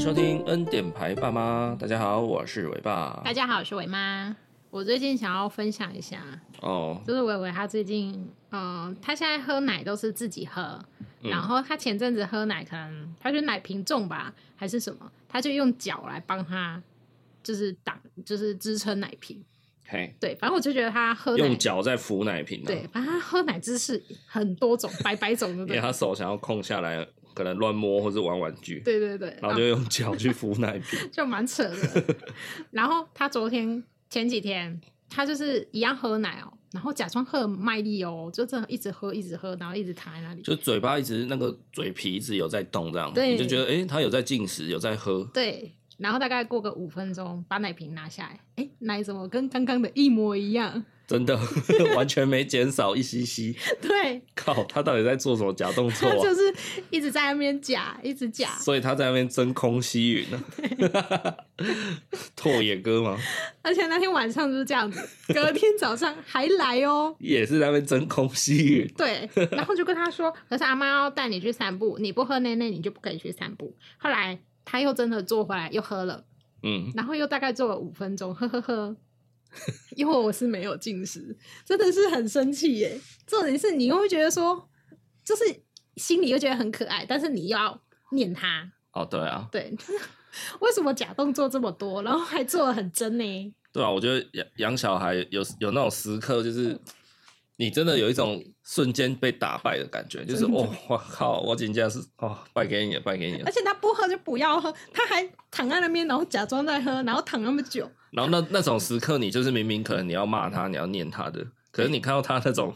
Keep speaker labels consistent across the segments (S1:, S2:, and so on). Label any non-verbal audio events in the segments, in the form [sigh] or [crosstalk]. S1: 收听恩典牌爸妈，大家好，我是伟爸
S2: 大。家好，我是伟妈。我最近想要分享一下，
S1: 哦，
S2: 就是伟伟他最近，呃，他现在喝奶都是自己喝，
S1: 嗯
S2: 然后他前阵子喝奶，可能他觉得奶瓶重吧，还是什么，他就用脚来帮他，就是挡，就是支撑奶瓶。
S1: 嘿，
S2: 对，反正我就觉得他喝奶
S1: 用，脚在扶奶瓶、啊，
S2: 对，，反正他喝奶姿势很多种，百百种的，
S1: [laughs] 因为他手想要空下来，可能乱摸或是玩玩具，
S2: 对啊对对，
S1: 然后就用脚去扶奶瓶。 [laughs]
S2: 就蛮扯的。然后他昨天前几天，他就是一样喝奶哦，然后假装喝很卖力哦，就这样一直喝一直喝，然后一直躺在那里。
S1: 就嘴巴一直那个嘴皮一直有在动，这样
S2: 对
S1: 你就觉得哎、诶他有在进食，有在喝，
S2: 对，然后大概过个五分钟，把奶瓶拿下来，哎，奶怎么跟刚刚的一模一样？ [laughs]
S1: 真的 [laughs] 完全没减少一吸吸。
S2: 对，
S1: 靠，他到底在做什么假动作、
S2: [laughs] 他
S1: 啊？
S2: 就是一直在那边假，一直假。
S1: 所以他在那边真空吸云呢、 [laughs] 拓野哥吗？
S2: 而且那天晚上就是这样子，隔天早上还来哦。
S1: 也是在那边真空吸云。
S2: 对，然后就跟他说，可是阿妈要带你去散步，你不喝奶奶你就不可以去散步。后来他又真的坐回来又喝了，
S1: 嗯，
S2: 然后又大概坐了五分钟，呵呵呵。因为我是没有进食，真的是很生气耶。重点是你又会觉得说，就是心里又觉得很可爱，但是你又要念他，
S1: 哦，对啊，
S2: 对， [laughs] 为什么假动作这么多，然后还做的很真呢？
S1: 对啊，我觉得养养小孩有有那种时刻，就是你真的有一种瞬间被打败的感觉，就是
S2: 真的
S1: 哦，我靠，我今天是哦，败给你了，败给你了
S2: 而。且他不喝就不要喝，他还躺在那边，然后假装在喝，然后躺那么久，
S1: 然后那那种时刻，你就是明明可能你要骂他，你要念他的，可是你看到他那种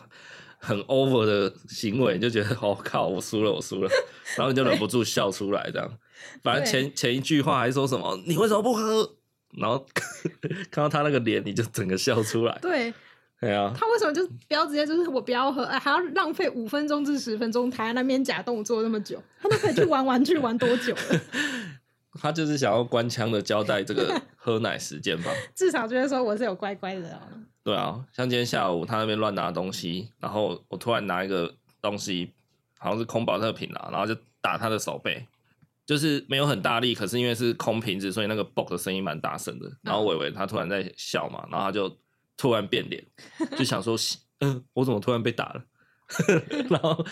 S1: 很 over 的行为，你就觉得哦靠，我输了，我输了，然后你就忍不住笑出来，这样。反正前前一句话还说什么你为什么不喝，然后 [laughs] 看到他那个脸，你就整个笑出来。
S2: 对
S1: 对啊，
S2: 他为什么就是不要直接就是我不要喝，哎还要浪费五分钟至十分钟，躺在那边假动作那么久，他都可以去玩玩具玩多久了？
S1: 他就是想要官腔的交代这个 [laughs] 喝奶时间吧。
S2: 至少就是说我是有乖乖的哦。
S1: 对啊，像今天下午他那边乱拿东西，然后我突然拿一个东西，好像是空保特瓶啦，然后就打他的手背，就是没有很大力，可是因为是空瓶子，所以那个“嘣”的声音蛮大声的。然后伟伟他突然在笑嘛，然后他就突然变脸，就想说：“ [laughs] 嗯、我怎么突然被打了？” [laughs] 然后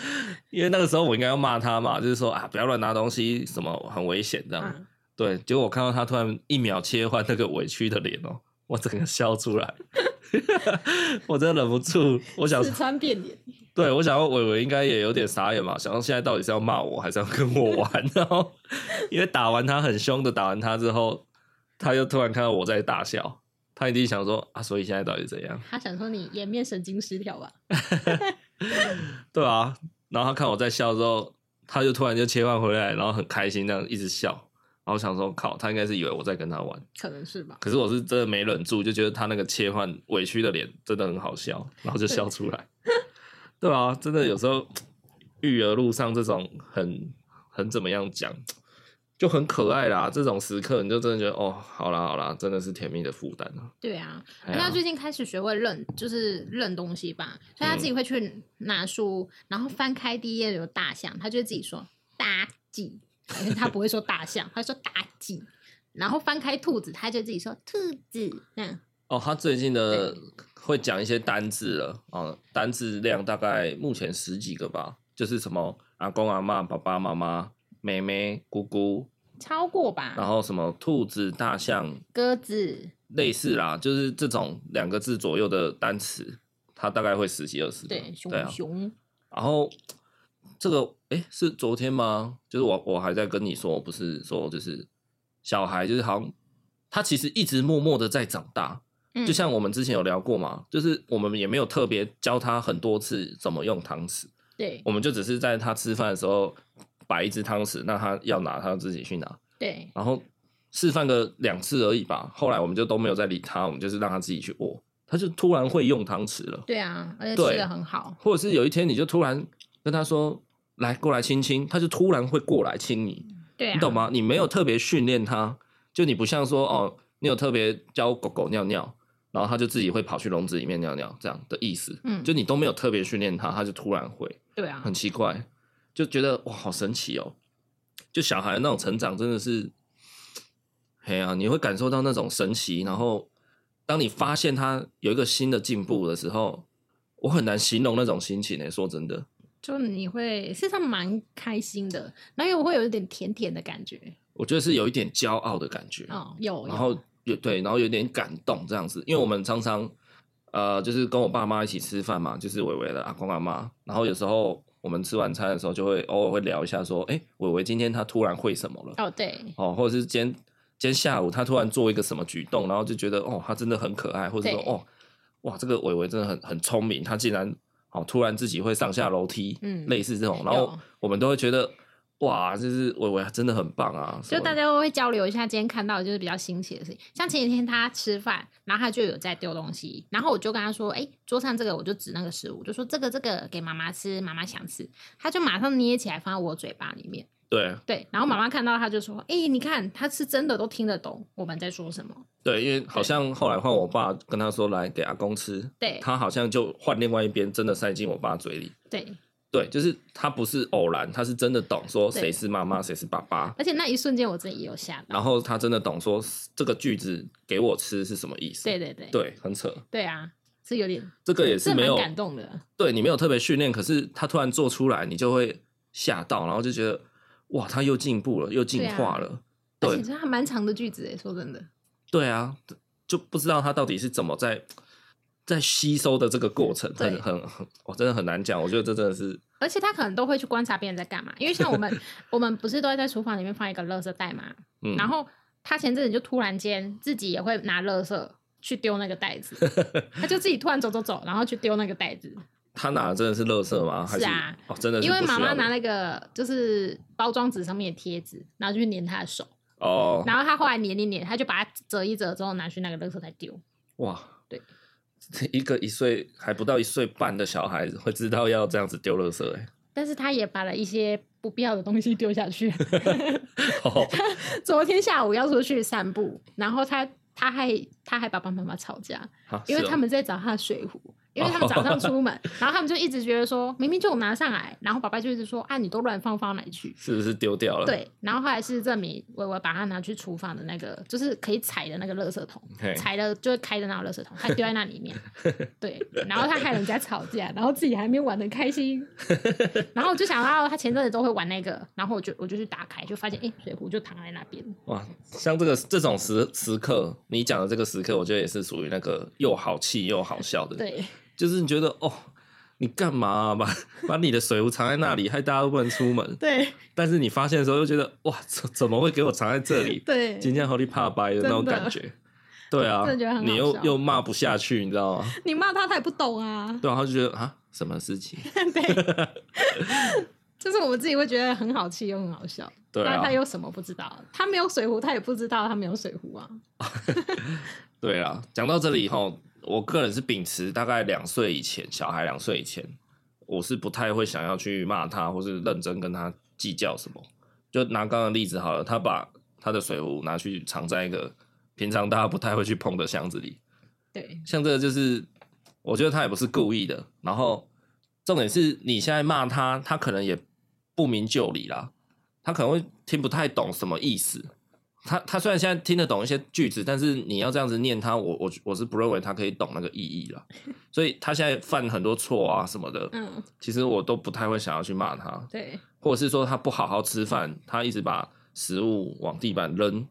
S1: 因为那个时候我应该要骂他嘛，就是说啊，不要乱拿东西，什么很危险这样。
S2: 嗯，
S1: 对，结果我看到他突然一秒切换那个委屈的脸哦、我整个笑出来， [laughs] 我真的忍不住，我想
S2: 四，川变脸，
S1: 对我想要伟伟应该也有点傻眼吧，想到现在到底是要骂我还是要跟我玩？然后因为打完他很凶的打完他之后，他又突然看到我在大笑，他一定想说啊，所以现在到底怎样？
S2: 他想说你颜面神经失调吧？
S1: 对啊，然后他看我在笑之后，他就突然就切换回来，然后很开心那样一直笑，然后我想说靠，他应该是以为我在跟他玩。
S2: 可能是吧。
S1: 可是我是真的没忍住，就觉得他那个切换委屈的脸真的很好笑，然后就笑出来。 [laughs] 对啊，真的有时候育儿路上这种很很怎么样讲，就很可爱啦。这种时刻你就真的觉得哦，好啦好啦，真的是甜蜜的负担啊。
S2: 对啊，
S1: 哎呀
S2: 他最近开始学会认，就是认东西吧，所以他自己会去拿书，然后翻开第一页有大象，他就会自己说妲己，因为他不会说大象，他说妲己。然后翻开兔子，他就自己说兔子，那样
S1: 哦，他最近的会讲一些单字了啊，单字量大概目前十几个吧，就是什么阿公阿妈、爸爸妈妈、妹妹、姑姑，
S2: 超过
S1: 然
S2: 吧？
S1: 后什么兔子、大象、
S2: 鸽子，
S1: 类似
S2: 嗯
S1: 啦，就是这种两个字左右的单词，它大概会十几二十个。
S2: 对，熊
S1: 对啊。
S2: 熊，
S1: 然后这个诶，是昨天吗？就是我我还在跟你说，不是说就是小孩，就是好像他其实一直默默的在长大，
S2: 嗯
S1: 就像我们之前有聊过嘛，就是我们也没有特别教他很多次怎么用汤匙，
S2: 对
S1: 我们就只是在他吃饭的时候摆一只汤匙，那他要拿他自己去拿，
S2: 对
S1: 然后示范个两次而已吧。后来我们就都没有再理他，我们就是让他自己去握，他就突然会用汤匙了，
S2: 对啊，而且
S1: 对
S2: 吃的很好，
S1: 或者是有一天你就突然跟他说。来，过来亲亲，他就突然会过来亲你，
S2: 对啊，
S1: 你懂吗？你没有特别训练他，就你不像说哦，你有特别教狗狗尿尿，然后它就自己会跑去笼子里面尿尿这样的意思，
S2: 嗯
S1: 就你都没有特别训练它，它就突然会，
S2: 对啊，
S1: 很奇怪，就觉得哇，好神奇哦！就小孩那种成长真的是嘿啊，你会感受到那种神奇。然后，当你发现它有一个新的进步的时候，我很难形容那种心情诶、欸说真的，
S2: 就你会事实上蛮开心的，然后又会有一点甜甜的感觉。
S1: 我觉得是有一点骄傲的感觉。
S2: 哦，有，
S1: 嗯然
S2: 有
S1: 后有对，然后有点感动这样子，因为我们常常呃，就是跟我爸妈一起吃饭嘛，就是伟伟的阿公阿妈，然后有时候我们吃晚餐的时候，就会偶尔会聊一下说，哎，伟伟今天他突然会什么了，
S2: 哦，对，
S1: 哦，或者是今天今天下午他突然做一个什么举动，然后就觉得哦，他真的很可爱，或者说
S2: 对
S1: 哦，哇，这个伟伟真的很很聪明，他竟然哦突然自己会上下楼梯，
S2: 嗯
S1: 类似这种，然后
S2: 有
S1: 我们都会觉得哇，就是伟伟真的很棒啊，什
S2: 就
S1: 么的
S2: 大家会交流一下今天看到的就是比较新奇的事情。像前几天他吃饭，然后他就有在丢东西，然后我就跟他说：“哎、桌上这个我就指那个食物，就说这个这个给妈妈吃，妈妈想吃。”他就马上捏起来放在我嘴巴里面。
S1: 对
S2: 对，然后妈妈看到他就说：“哎、你看他是真的都听得懂我们在说什么。
S1: 对，因为好像后来换我爸跟他说来给阿公吃，
S2: 对
S1: 他好像就换另外一边，真的塞进我爸嘴里。”
S2: 对，
S1: 对，就是他不是偶然，他是真的懂说
S2: 对
S1: 谁是妈妈，谁是爸爸，
S2: 而且那一瞬间我真的也有吓到。
S1: 然后他真的懂说这个句子给我吃是什么意思。
S2: 对对对，
S1: 对，很扯，
S2: 对啊，是有点，
S1: 这个也是
S2: 蛮
S1: 没有
S2: 感动的。
S1: 对你没有特别训练，可是他突然做出来，你就会吓到，然后就觉得哇，他又进步了，又进
S2: 对啊
S1: 化了。
S2: 而
S1: 对
S2: 且这还蛮长的句子诶，说真的，
S1: 对啊，就不知道他到底是怎么在在吸收的这个过程，很
S2: 对
S1: 很很，我真的很难讲。我觉得这真的是
S2: 而且他可能都会去观察别人在干嘛，因为像
S1: [laughs]
S2: 我们，我们不是都会在厨房里面放一个垃圾袋嘛，
S1: 嗯，
S2: 然后他前阵子就突然间自己也会拿垃圾去丢那个
S1: [laughs]
S2: 袋子，他就自己突然走走走，然后去丢那个袋子，
S1: 他拿的真的是垃圾吗？还
S2: 是啊
S1: 哦，真的是
S2: 因为
S1: 不需
S2: 妈妈
S1: 要的
S2: 拿那个就是包装纸上面的贴纸，然后就去粘他的手，
S1: 哦，
S2: 然后他后来粘粘粘，他就把它折一折之后拿去那个垃圾袋丢，
S1: 哇，
S2: 对，
S1: 一个一岁还不到一岁半的小孩子会知道要这样子丢垃圾、欸，
S2: 但是他也把了一些不必要的东西丢下去。 [laughs]
S1: 哦，
S2: 昨天下午要出去散步，然后他他还他还爸爸妈妈吵架，
S1: 好
S2: 因为
S1: 是哦
S2: 他们在找他的水壶，因为他们早上出门，
S1: 哦 [laughs]
S2: 然后他们就一直觉得说明明就有拿上来，然后爸爸就一直说啊你都乱放放哪里去？
S1: 是不是丢掉了？，
S2: 对，然后后来是证明伟伟把它拿去厨房的那个就是可以踩的那个垃圾桶
S1: 嘿，
S2: 踩了就会开的那个垃
S1: [laughs]
S2: 圾桶，他丢在那里面。对，然后他害人家吵
S1: [laughs]
S2: 架，然后自己还没玩的开心，然后我就想到他前阵子都会玩那个，然后我就我就去打开，就发现哎、诶水壶就躺在那边。
S1: 哇，像这个这种时时刻，你讲的这个时刻，我觉得也是属于那个又好气又好笑的，
S2: 对。
S1: 就是你觉得哦，你干嘛啊、 [laughs] 把把你的水壶藏在那里，害大家都不能出门？
S2: 对
S1: 但是你发现的时候又觉得哇，怎怎么会给我藏在这里？
S2: 对，
S1: 今天好你怕掰的那种
S2: 真的
S1: 感觉，对啊
S2: 真的觉得很，好
S1: 你又
S2: 笑
S1: 又骂不下去，你知道吗？
S2: 你骂他，他也不懂啊。 [laughs]
S1: 对啊，他就觉得啊，什么事情？ [laughs]
S2: 对，就是我们自己会觉得很好气又很好笑。
S1: 对
S2: 那
S1: 啊
S2: 他，有什么不知道？他没有水壶，他也不知道他没有水壶啊。
S1: 对啊。讲到这里以后，我个人是秉持大概两岁以前，小孩两岁以前，我是不太会想要去骂他，或是认真跟他计较什么。就拿刚刚的例子好了，他把他的水壶拿去藏在一个平常大家不太会去碰的箱子里，
S2: 对，
S1: 像这个就是，我觉得他也不是故意的。然后重点是你现在骂他，他可能也不明就里啦，他可能会听不太懂什么意思。他他虽然现在听得懂一些句子，但是你要这样子念他，我我我是不认为他可以懂那个意义啦。所以他现在犯很多错啊什么的，
S2: 嗯，
S1: 其实我都不太会想要去骂他，
S2: 对，
S1: 或者是说他不好好吃饭，他一直把食物往地板扔，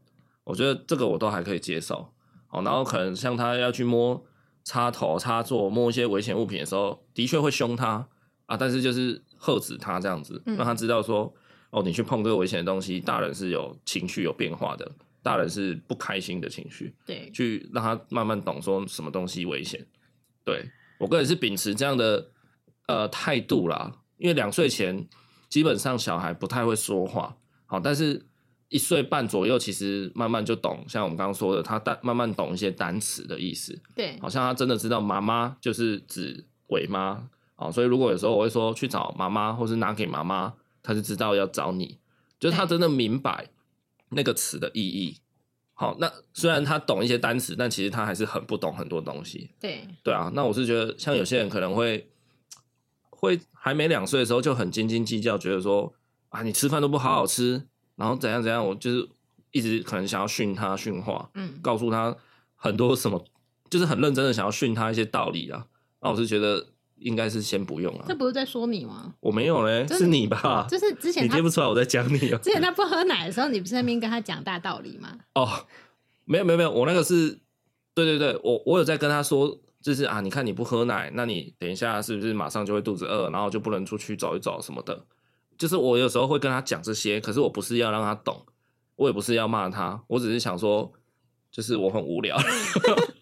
S1: 我觉得这个我都还可以接受。哦，然后可能像他要去摸插头、插座、摸一些危险物品的时候，的确会凶他啊，但是就是喝止他这样子，
S2: 嗯
S1: 让他知道说，哦，你去碰这个危险的东西，大人是有情绪有变化的，大人是不开心的情绪。
S2: 对，
S1: 去让他慢慢懂说什么东西危险。对我个人是秉持这样的呃态度啦，因为两岁前基本上小孩不太会说话，好，但是一岁半左右其实慢慢就懂，像我们刚刚说的，他单慢慢懂一些单词的意思，
S2: 对，
S1: 好像他真的知道妈妈就是指伟妈，好，所以如果有时候我会说去找妈妈，或是拿给妈妈，他就知道要找你，就是他真的明白那个词的意义。好，那虽然他懂一些单词，但其实他还是很不懂很多东西。
S2: 对，
S1: 对啊，那我是觉得像有些人可能会会还没两岁的时候就很斤斤计较，觉得说啊你吃饭都不好好吃，然后怎样怎样，我就是一直可能想要训他训话，
S2: 嗯，
S1: 告诉他很多什么， [laughs] 就是很认真的想要训他一些道理啊。那我是觉得应该是先不用啊
S2: 这，不是在说你吗？
S1: 我没有嘞，
S2: 真的
S1: 是你吧？
S2: 就是之前
S1: 你
S2: 他
S1: 听不出来我在讲你啊？
S2: 之前他不喝奶的时候，你不是在那边跟他讲大道理吗？
S1: 哦，没有没有没有，我那个是，对对对，我我有在跟他说，就是啊，你看你不喝奶，那你等一下是不是马上就会肚子饿，然后就不能出去走一走什么的？就是我有时候会跟他讲这些，可是我不是要让他懂，我也不是要骂他，我只是想说，就是我很无聊， [laughs]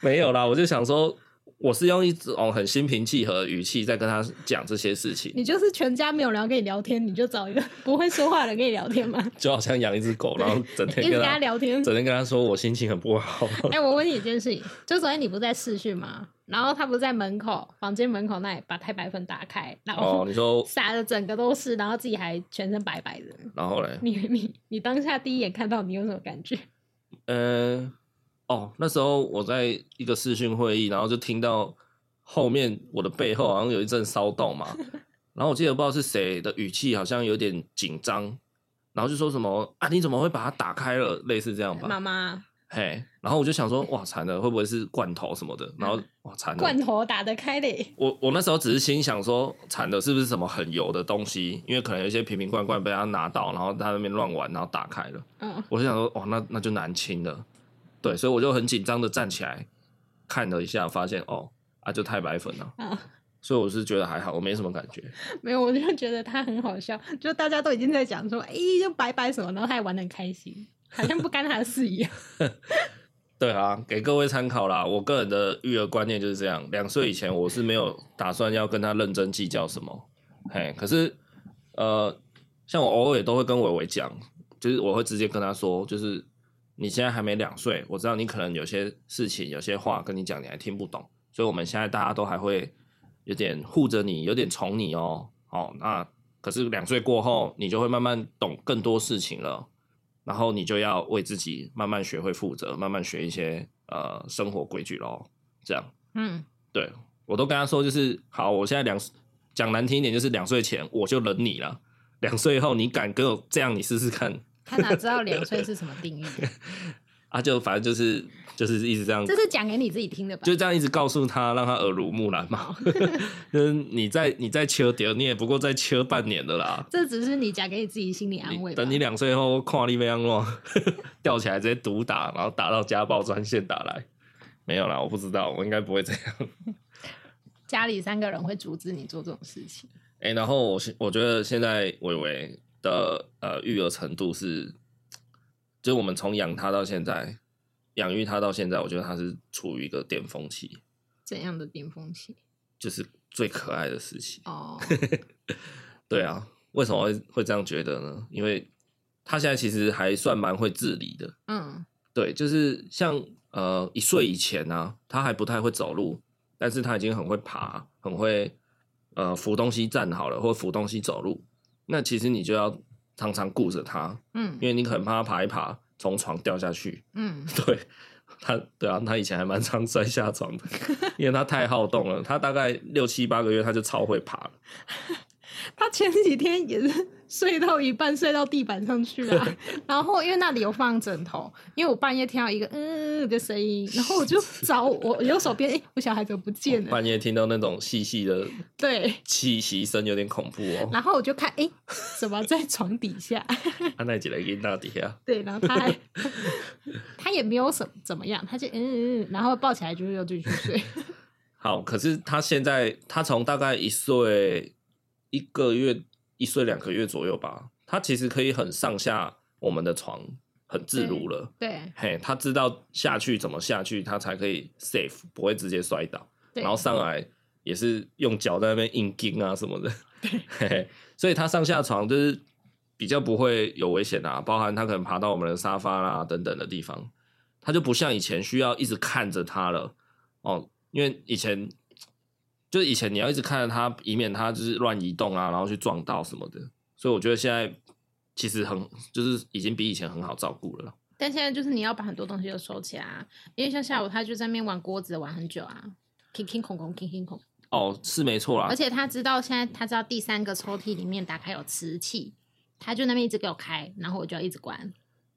S1: 没有啦，我就想说。我是用一种很心平气和的语气在跟他讲这些事情，
S2: 你就是全家没有人要跟你聊天，你就找一个 [laughs] 不会说话的人跟你聊
S1: [laughs]
S2: 天吗？
S1: 就好像养一只狗，然后整
S2: 一
S1: 天
S2: 直
S1: 跟
S2: 跟他
S1: 他
S2: 聊天。
S1: 整天跟他说我心情很不好，
S2: 哎、我问你一件事情，就昨天你不是在试训吗？然后他不是在门口房间门口那里把太白粉打开，然
S1: 哦
S2: 后，
S1: 你说，
S2: 撒的整个都是，然后自己还全身白白的。
S1: 然后嘞，
S2: 你你你当下第一眼看到你有什么感觉？
S1: 呃，哦，那时候我在一个视讯会议，然后就听到后面我的背后好像有一阵骚动
S2: [laughs]
S1: 嘛，然后我记得不知道是谁的语气，好像有点紧张，然后就说什么啊，你怎么会把它打开了？类似这样
S2: 妈
S1: 吧，
S2: 妈
S1: 嘿，然后我就想说，哇，惨了，会不会是罐头什么的？然后哇，惨了
S2: 罐。头打得开嘞，
S1: 我我那时候只是心想说，惨了，是不是什么很油的东西？因为可能有一些瓶瓶罐罐被他拿到，然后他那边乱玩，然后打开了。
S2: 嗯，
S1: 我就想说，哦，那那就难清了。对，所以我就很紧张的站起来看了一下，发现哦，啊，就太白粉了。
S2: 啊，
S1: 所以我是觉得还好，我没什么感觉。
S2: 没有，我就觉得他很好笑，就大家都已经在讲说，哎、就拜拜什么，然后他还玩的很开心，好像不干他的事一样。 [laughs]
S1: 对啊，给各位参考啦。我个人的育儿观念就是这样，两岁以前我是没有打算要跟他认真计较什么。嘿，可是呃，像我偶尔也都会跟伟伟讲，就是我会直接跟他说，就是你现在还没两岁，我知道你可能有些事情、有些话跟你讲你还听不懂，所以我们现在大家都还会有点护着你，有点宠你哦。哦，那可是两岁过后，你就会慢慢懂更多事情了。然后你就要为自己慢慢学会负责，慢慢学一些呃生活规矩咯。这样，
S2: 嗯，
S1: 对我都跟他说，就是好，我现在两讲难听一点，就是两岁前我就忍你了，两岁后你敢跟我这样，你试试看。
S2: 他哪知道两岁是什么
S1: [laughs]
S2: 定义？
S1: 啊，就反正就是就是一直这
S2: [laughs]
S1: 样，
S2: 这是讲给你自己听的吧？
S1: 就这样一直告诉他，让他耳濡目染嘛。 [laughs] 就是你在你在秋点，你也不过在秋半年的啦。
S2: 这只是你讲给你自己心理安慰
S1: 你
S2: 吧。
S1: 等你两岁后，跨立被安乱， [laughs] 吊起来直接毒打，然后打到家暴专线打来。没有啦，我不知道，我应该不会这样。 [laughs]
S2: 家里三个人会阻止你做这种事情。
S1: 哎、然后我现我觉得现在伟伟的呃育儿程度是，就是我们从养他到现在，养育他到现在，我觉得他是处于一个巅峰期，
S2: 怎样的巅
S1: [laughs]
S2: 峰期？
S1: 就是最可爱的时期。
S2: 哦，
S1: 对啊，为什么会会这样觉得呢？因为他现在其实还算蛮会自理的，
S2: 嗯
S1: 对，就是像呃一岁以前啊，他还不太会走路，但是他已经很会爬，很会呃扶东西站好了，或扶东西走路。那其实你就要常常顾着他，
S2: 嗯
S1: 因为你很怕他爬一爬从床掉下去。 [laughs]
S2: 嗯，
S1: 对他，对啊，他以前还蛮常摔下床的， [laughs] 因为他太好动了。他大概六七八个月他就超会爬了。
S2: 他前几天也是睡到一半睡到地板上去了、
S1: [laughs]
S2: 然后因为那里有放枕头，因为我半夜听到一个嗯的声音，然后我就找我右手边，哎、我小孩怎么不见了？
S1: 哦半夜听到那种细细的
S2: 对，
S1: 气息声，有点恐怖哦。
S2: 然后我就看，哎、怎么在床底
S1: [laughs]
S2: 下？
S1: 安奈几个音到底啊？
S2: 对，然后他还他也没有什怎么样，他就嗯嗯，嗯，然后抱起来就又继续睡。
S1: 好，可是他现在，他从大概一岁一个月、一岁两个月左右吧，他其实可以很上下我们的床，很自如了。
S2: 对
S1: 嘿，他知道下去怎么下去，他才可以 safe，不会直接摔倒。
S2: 对，
S1: 然后上来也是用脚在那边硬钉啊什么的，嘿 [laughs] 嘿，所以他上下床就是比较不会有危险啊，包含他可能爬到我们的沙发啦、等等的地方，他就不像以前需要一直看着他了哦，因为以前就是以前你要一直看着他，以免他就是乱移动啊，然后去撞到什么的，所以我觉得现在其实很就是已经比以前很好照顾了啦。
S2: 但现在就是你要把很多东西都收起来、啊，因为像下午他就在那边玩锅子玩很久啊，king king 孔孔 king king 孔，
S1: 哦，是没错啦
S2: 而，且他知道现在他知道第三个抽屉里面打开有瓷器，他就那边一直给我开，然后我就要一直关。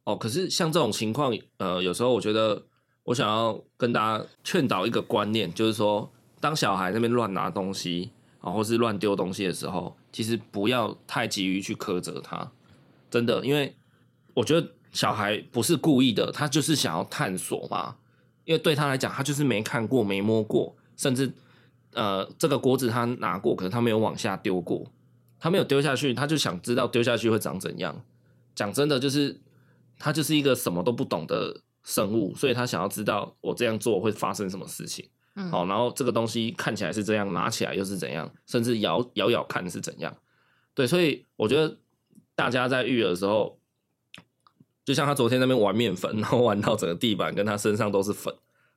S1: 哦，可是像这种情况，呃，有时候我觉得我想要跟大家劝导一个观念，就是说，当小孩那边乱拿东西啊、或是乱丢东西的时候，其实不要太急于去苛责他，真的，因为我觉得小孩不是故意的，他就是想要探索嘛。因为对他来讲，他就是没看过、没摸过，甚至呃，这个锅子他拿过，可是他没有往下丢过，他没有丢下去，他就想知道丢下去会长怎样。讲真的，就是他就是一个什么都不懂的生物，所以他想要知道我这样做会发生什么事情。
S2: 嗯
S1: 好，然后这个东西看起来是这样，拿起来又是怎样，甚至咬咬咬看是怎样。对，所以我觉得大家在育儿的时候，就像他昨天那边玩面粉，然后玩到整个地板跟他身上都是粉，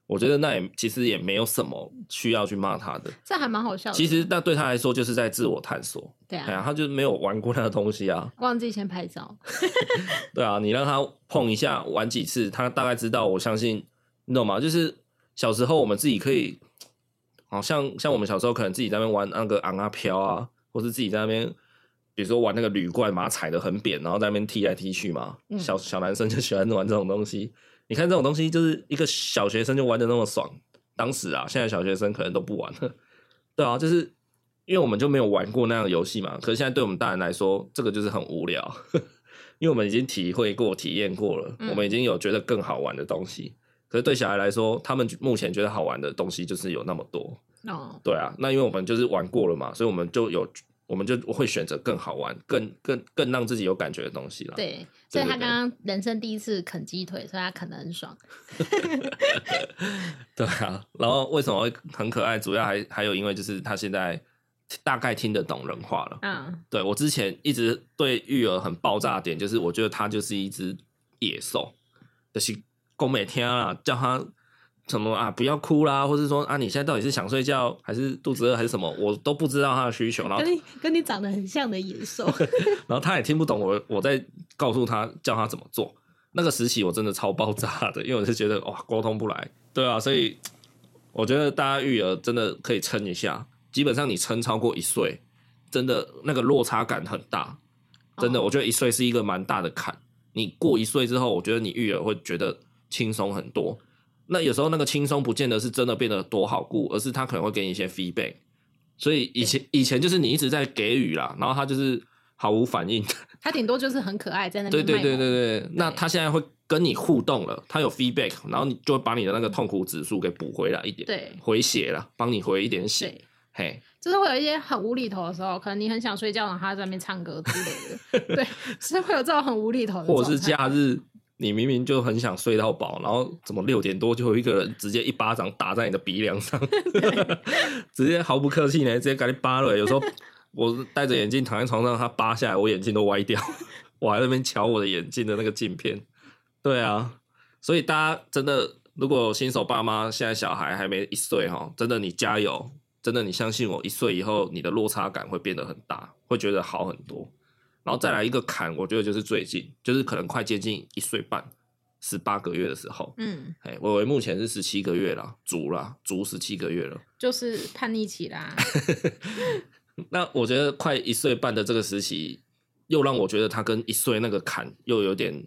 S1: 我觉得那也其实也没有什么需要去骂他的。
S2: 这还蛮好笑的。
S1: 其实那对他来说就是在自我探索，
S2: 对
S1: 哎
S2: 啊，
S1: 呀，他就没有玩过那个东西啊。
S2: 忘记先拍照，
S1: 对啊，你让他碰一下，玩几次，他大概知道。我相信，你懂吗？就是小时候我们自己可以，好像像我们小时候可能自己在那边玩那个昂啊飘啊，或是自己在那边，比如说玩那个铝罐嘛，踩的很扁，然后在那边踢来踢去嘛。
S2: 嗯
S1: 小小男生就喜欢玩这种东西。你看这种东西，就是一个小学生就玩的那么爽。当时啊，现在小学生可能都不玩了。 [laughs] 对啊，就是因为我们就没有玩过那样的游戏嘛。可是现在对我们大人来说，这个就是很无聊， [laughs] 因为我们已经体会过、体验过了，
S2: 嗯
S1: 我们已经有觉得更好玩的东西。可是对小孩来说，他们目前觉得好玩的东西就是有那么多。
S2: 哦，
S1: 对啊，那因为我们就是玩过了嘛，所以我们就有，我们就会选择更好玩、更更更让自己有感觉的东西啦。
S2: 对，所以他
S1: 啊对对
S2: 刚刚人生第一次啃鸡腿，所以他啃的很爽。
S1: 对啊，然后为什么会很可爱？主要还还有因为就是他现在大概听得懂人话了。
S2: 嗯，
S1: 对我之前一直对育儿很爆炸的点，就是我觉得它就是一只野兽，就是公每天啊，叫它什么啊，不要哭啦，或是说啊，你现在到底是想睡觉还是肚子饿还是什么，我都不知道它的需求，然后
S2: 跟你跟你长得很像的野
S1: [laughs]
S2: 兽，
S1: 然后它也听不懂我我在告诉它叫它怎么做。那个时期我真的超爆炸的，因为我就觉得哇沟通不来，对啊，所以我觉得大家育儿真的可以撑一下，基本上你撑超过一岁，真的那个落差感很大。真的，
S2: 哦
S1: 我觉得一岁是一个蛮大的坎。你过一岁之后，我觉得你育儿会觉得轻松很多。那有时候那个轻松不见得是真的变得多好顾，而是他可能会给你一些 feedback。所以以前以前就是你一直在给予啦，然后他就是毫无反应。
S2: 他顶多就是很可爱，在那
S1: 对
S2: 边
S1: 对对
S2: 卖
S1: 对
S2: 萌
S1: 对，那他现在会跟你互动了，他有 feedback，然后你就会把你的那个痛苦指数给补回来一点，
S2: 对
S1: 回血了，帮你回一点血。
S2: 对，
S1: 嘿，
S2: 就是会有一些很无厘头的时候，可能你很想睡觉，然后他在那边唱歌之类的，对，是会有这种很无厘头的状
S1: 或
S2: 态，
S1: 者是假日，你明明就很想睡到饱，然后怎么六点多就有一个人直接一巴掌打在你的鼻梁上， [laughs] 直接毫不客气呢，直接给你扒了。有
S2: [laughs]
S1: 时候我戴着眼镜躺在床上，他扒下来，我眼镜都歪掉， [laughs] 我还在那边瞧我的眼镜的那个镜片。对啊，所以大家真的，如果新手爸妈现在小孩还没一岁哈，真的你加油。真的，你相信我，一岁以后你的落差感会变得很大，会觉得好很多。然后再来一个坎，我觉得就是最近，就是可能快接近一岁半，十八个月的时候，
S2: 嗯，
S1: 哎，我为目前是十七个月啦，足啦，足十七个月了。
S2: 就是叛逆
S1: [laughs]
S2: 期啦，
S1: 那我觉得快一岁半的这个时期，又让我觉得他跟一岁那个坎又有点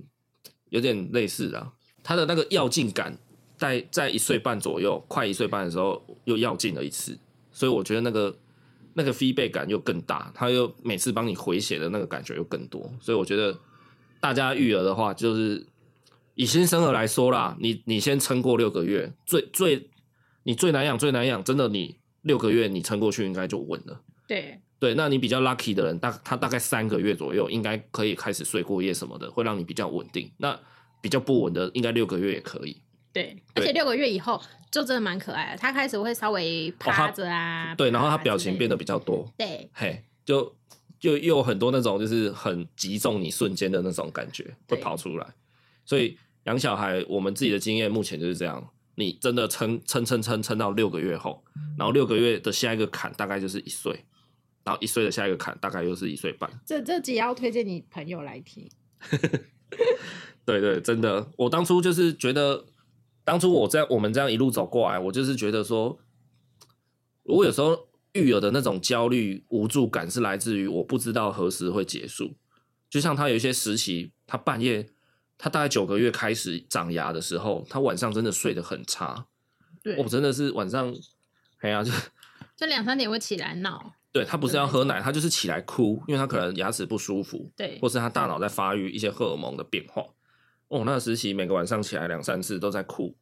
S1: 有点类似啊，他的那个要劲感在在一岁半左右，快一岁半的时候又要劲了一次，所以我觉得那个那个 feedback 感又更大，他又每次帮你回血的那个感觉又更多，所以我觉得大家育儿的话，就是以新生儿来说啦，你你先撑过六个月，最最你最难养最难养，真的你六个月你撑过去应该就稳了。
S2: 对，
S1: 对，那你比较 lucky 的人，大他大概三个月左右，应该可以开始睡过夜什么的，会让你比较稳定。那比较不稳的，应该六个月也可以。
S2: 对，而
S1: 对
S2: 且六个月以后就真的蛮可爱的，他开始会稍微趴着啊，
S1: 哦对，然后他
S2: 爬
S1: 表
S2: 之类
S1: 情变得比较多，
S2: 对
S1: 嘿，就就又有很多那种就是很击中你瞬间的那种感觉会
S2: 对
S1: 跑出来。所以养小孩，我们自己的经验目前就是这样。你真的撑撑撑撑撑到六个月后，然后六个月的下一个坎大概就是一岁，然后一岁的下一个坎大概又是一岁半。
S2: 这这集要推荐你朋友来听，
S1: 对对，真的，我当初就是觉得，当初我这样我们这样一路走过来，我就是觉得说，我有时候育儿的那种焦虑、无助感是来自于我不知道何时会结束。就像他有一些时期，他半夜他大概九个月开始长牙的时候，他晚上真的睡得很差，
S2: 对
S1: 我、，真的是晚上，哎呀，就是
S2: 就两三点会起来闹，
S1: 对他不是要喝奶，他就是起来哭，因为他可能牙齿不舒服，
S2: 对
S1: 或，是他大脑在发育一些荷尔蒙的变化。哦，那时期每个晚上起来两三次都在哭，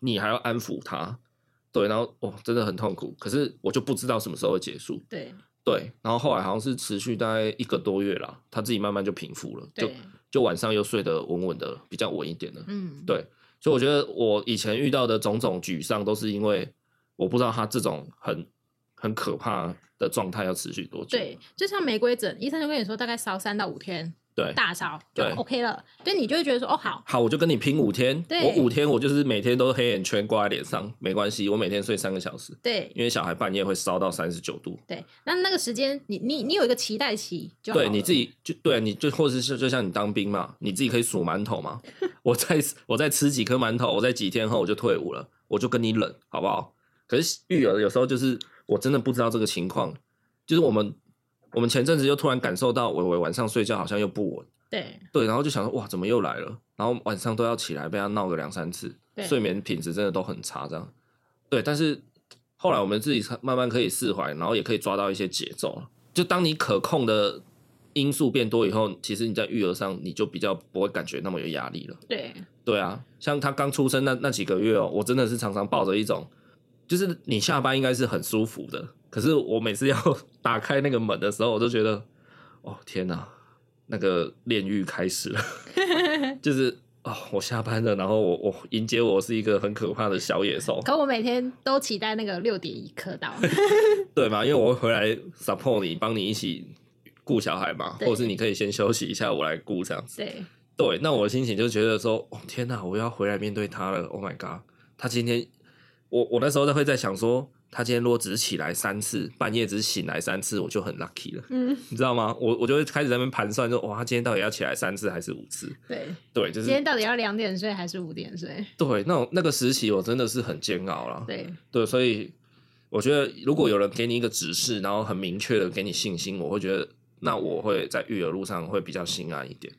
S1: 你还要安抚他，对，然后哦，真的很痛苦。可是我就不知道什么时候会结束，
S2: 对，
S1: 对，然后后来好像是持续大概一个多月啦，他自己慢慢就平复了，就
S2: 对，
S1: 就晚上又睡得稳稳的，比较稳一点了。
S2: 嗯，
S1: 对所以我觉得我以前遇到的种种沮丧，都是因为我不知道他这种很很可怕的状态要持续多久。
S2: 对，就像玫瑰疹，医生就跟你说大概烧三到五天，
S1: 对
S2: 大烧就
S1: 对
S2: OK 了，对你就会觉得说哦好，
S1: 好，我就跟你拼五天，
S2: 对
S1: 我五天我就是每天都黑眼圈挂在脸上，没关系，我每天睡三个小时，
S2: 对
S1: 因为小孩半夜会烧到三十九度。
S2: 对，那那个时间你你你有一个期待期就好
S1: 对，你
S2: 了
S1: 自己就对，啊你就或者是就像你当兵嘛，你自己可以数馒头嘛。我再 [laughs] 我再吃几颗馒头，我在几天后我就退伍了，我就跟你冷，好不好？可是育儿有时候就是我真的不知道这个情况，就是我们我们前阵子又突然感受到伟伟晚上睡觉好像又不稳，
S2: 对
S1: 对，然后就想说哇怎么又来了，然后晚上都要起来被他闹个两三次，
S2: 对
S1: 睡眠品质真的都很差这样。对，但是后来我们自己慢慢可以释怀，然后也可以抓到一些节奏了。就当你可控的因素变多以后，其实你在育儿上你就比较不会感觉那么有压力了。
S2: 对
S1: 对啊，像他刚出生那那几个月哦，我真的是常常抱着一种，就是你下班应该是很舒服的，可是我每次要 [laughs] 打开那个门的时候，我都觉得，哦天哪，那个炼狱开始
S2: [laughs]
S1: 了，就是哦，我下班了，然后我我迎接我是一个很可怕的小野兽，
S2: 可我每天都期待那个六点一刻
S1: [laughs]
S2: 到，
S1: 对吗？因为我会回来 support 你，帮你一起顾小孩嘛，或
S2: 对
S1: 者是你可以先休息一下，我来顾这样子。
S2: 对
S1: 对，那我的心情就觉得说，哦天哪，我要回来面对他了。Oh my god，他今天，我我那时候都会在想说，他今天如果只起来三次，半夜只醒来三次，我就很 lucky 了，
S2: 嗯
S1: 你知道吗？我我就会开始在那边盘算说，哇，他今天到底要起来三次还是五次？
S2: 对，
S1: 对，就
S2: 今
S1: 是
S2: 天到底要两点睡还是五点睡？
S1: 对那种那个时期，我真的是很煎熬了。
S2: 对
S1: 对，所以我觉得如果有人给你一个指示，然后很明确的给你信心，我会觉得那我会在育儿路上会比较心安一点。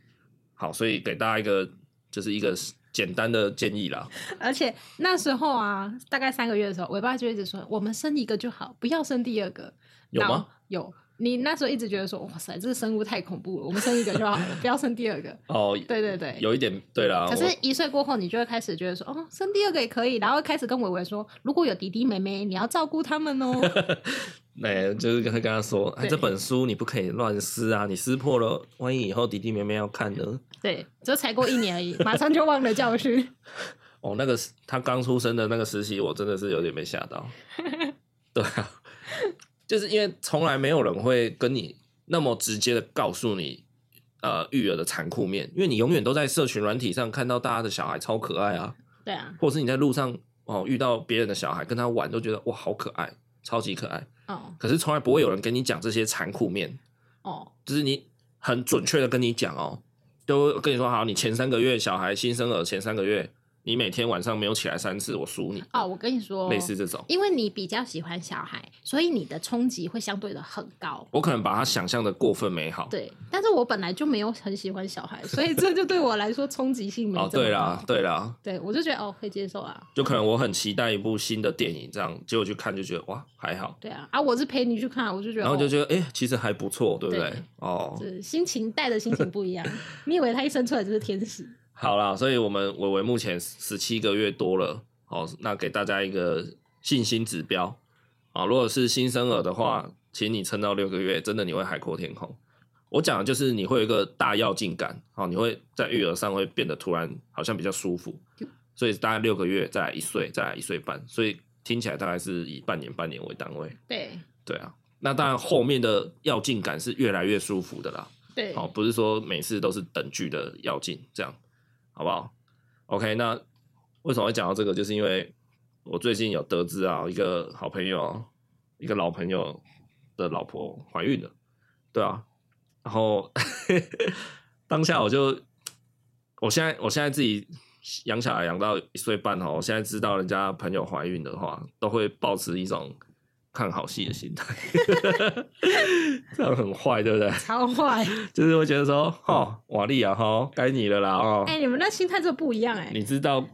S1: 好，所以给大家一个就是一个简单的建议啦。
S2: 而且那时候啊，大概三个月的时候，尾巴就一直说我们生一个就好，不要生第二个。
S1: 有吗
S2: 然后？有。你那时候一直觉得说，哇塞，这个生物太恐怖了，我们生一个就好了，不要生第二个。
S1: 哦，
S2: 对对对。
S1: [laughs] 有一点对啦，
S2: 可
S1: 啊我
S2: 是，一岁过后，你就会开始觉得说，哦，生第二个也可以，然后开始跟伟伟说，如果有弟弟妹妹，你要照顾他们哦。
S1: [laughs] 哎、就是跟他跟他说，哎，
S2: 对
S1: 这本书你不可以乱撕啊，你撕破了，万一以后弟弟妹妹要看呢？
S2: 对，就才过一年
S1: [laughs]
S2: 而已，马上就忘了教训。
S1: 哦，那个时他刚出生的那个实习，我真的是有点被吓到。对啊，就是因为从来没有人会跟你那么直接的告诉你，呃，育儿的残酷面，因为你永远都在社群软体上看到大家的小孩超可爱啊，
S2: 对啊，
S1: 或者是你在路上哦遇到别人的小孩跟他玩，都觉得哇好可爱，超级可爱。
S2: 哦
S1: 可是从来不会有人跟你讲这些残酷面，
S2: 哦，
S1: 就是你很准确的跟你讲哦，都跟你说好，你前三个月小孩新生儿前三个月，你每天晚上没有起来三次，我数你，
S2: 哦，我跟你说，
S1: 类似这种。
S2: 因为你比较喜欢小孩，所以你的冲击会相对的很高。
S1: 我可能把它想象的过分美好。哦
S2: 对，但是我本来就没有很喜欢小孩，所以这就对我来说冲击性没
S1: 哦，
S2: 这么
S1: 对啦
S2: 高，，
S1: 对啦，
S2: 对我就觉得哦可以接受啊，
S1: 就可能我很期待一部新的电影，这样结果去看就觉得哇还好，
S2: 对啊，啊我是陪你去看，我就觉得
S1: 然后就
S2: 得、
S1: 觉得哎、诶其实还不错，对不对？
S2: 哦对
S1: 哦
S2: 哦、，就是心情带的心情
S1: [laughs]
S2: 不一样。你以为他一生出来就是天使？
S1: 好啦，所以我们伟伟目前十七个月多了，好，那给大家一个信心指标啊。如果是新生儿的话，请你撑到六个月，真的你会海阔天空。我讲的就是你会有一个大跃进感，好，你会在育儿上会变得突然好像比较舒服，所以大概六个月，再来一岁，再来一岁半，所以听起来大概是以半年半年为单位，
S2: 对
S1: 对啊。那当然后面的跃进感是越来越舒服的啦，
S2: 对，
S1: 哦，不是说每次都是等距的要进，这样好不好？OK，那为什么会讲到这个？就是因为我最近有得知啊，一个好朋友，一个老朋友的老婆怀孕了，对啊，然后 [laughs] 当下我就，我现在我现在自己养小孩养到一岁半哦，我现在知道人家朋友怀孕的话，都会保持一种看好戏的心态， [laughs] 这样很坏，对不对？
S2: 超
S1: [laughs]
S2: 坏！
S1: 就是会觉得说，哦，瓦力啊，哈，该你了啦，哦，
S2: 哎、你们那心态就不一样哎、
S1: 你知道，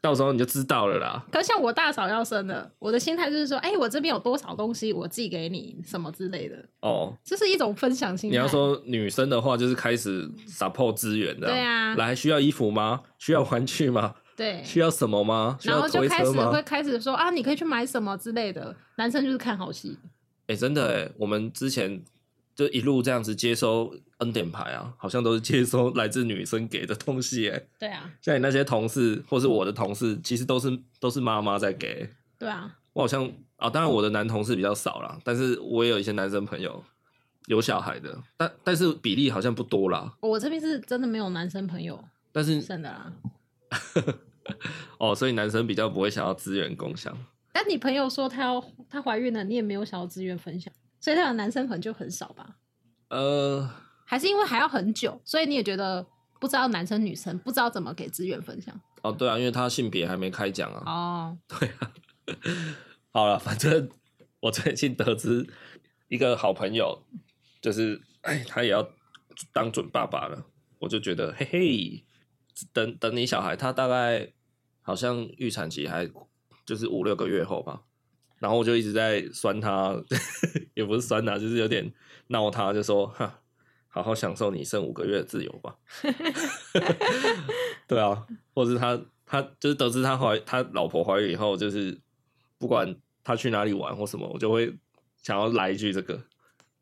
S1: 到时候你就知道了啦。
S2: 可像我大嫂要生了，我的心态就是说，哎、我这边有多少东西，我寄给你什么之类的，
S1: 哦，
S2: 这是一种分享心态。
S1: 你要说女生的话，就是开始 support 资源的，
S2: 对啊
S1: 来需要衣服吗？需要玩具吗？
S2: 对，
S1: 需要什么吗？需
S2: 然
S1: 要
S2: 后就
S1: 推
S2: 开
S1: 车
S2: 始
S1: 吗？
S2: 会开始说啊，你可以去买什么之类的。男生就是看好戏，
S1: 哎、真的哎、我们之前就一路这样子接收恩典牌啊，好像都是接收来自女生给的东西哎、
S2: 对啊，
S1: 像你那些同事或是我的同事，其实都是都是妈妈在给欸、
S2: 对啊，
S1: 我好像啊，当然我的男同事比较少啦，但是我也有一些男生朋友有小孩的，但但是比例好像不多啦。
S2: 我这边是真的没有男生朋友
S1: 但是
S2: 生的啦。
S1: 哦，所以男生比较不会想要资源共享。
S2: 但你朋友说她要她怀孕了，你也没有想要自愿分享，所以她的男生可能就很少吧？
S1: 呃，
S2: 还是因为还要很久，所以你也觉得不知道男生女生不知道怎么给资源分享
S1: 哦，对啊，因为他性别还没开讲啊。
S2: 哦。
S1: 好了，反正我最近得知一个好朋友，就是哎，他也要当准爸爸了，我就觉得嘿嘿，等等你小孩，他大概好像预产期还就是五六个月后吧，然后我就一直在酸他， [laughs] 也不是酸他，就是有点闹他，就说哈，好好享受你剩五个月的自由吧。对啊，或是他他就是得知他怀他老婆怀孕以后，就是不管他去哪里玩或什么，我就会想要来一句这个，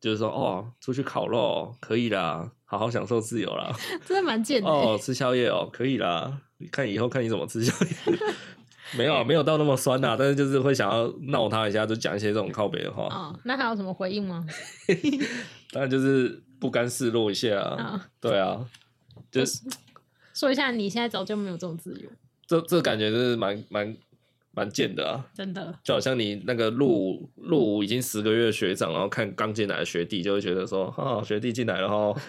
S1: 就是说哦，出去烤肉可以啦，好好享受自由啦。
S2: [laughs] 真的蛮贱的、
S1: 哦，吃宵夜哦，可以啦，看以后看你怎么吃宵夜。 [laughs] 没有啊，没有到那么酸呐、但是就是会想要闹他一下，就讲一些这种靠北的话，
S2: 哦，那还有什么回应吗？
S1: 当然就是不甘示弱一下啊。
S2: 啊、
S1: 对啊，就是
S2: 说一下，你现在早就没有这种自由，
S1: 这这感觉就是蛮蛮蛮贱的啊。
S2: 真的。
S1: 就好像你那个入伍
S2: 嗯
S1: 入伍已经十个月的学长，然后看刚进来的学弟，就会觉得说，啊，学弟进来了
S2: [laughs]
S1: 哈，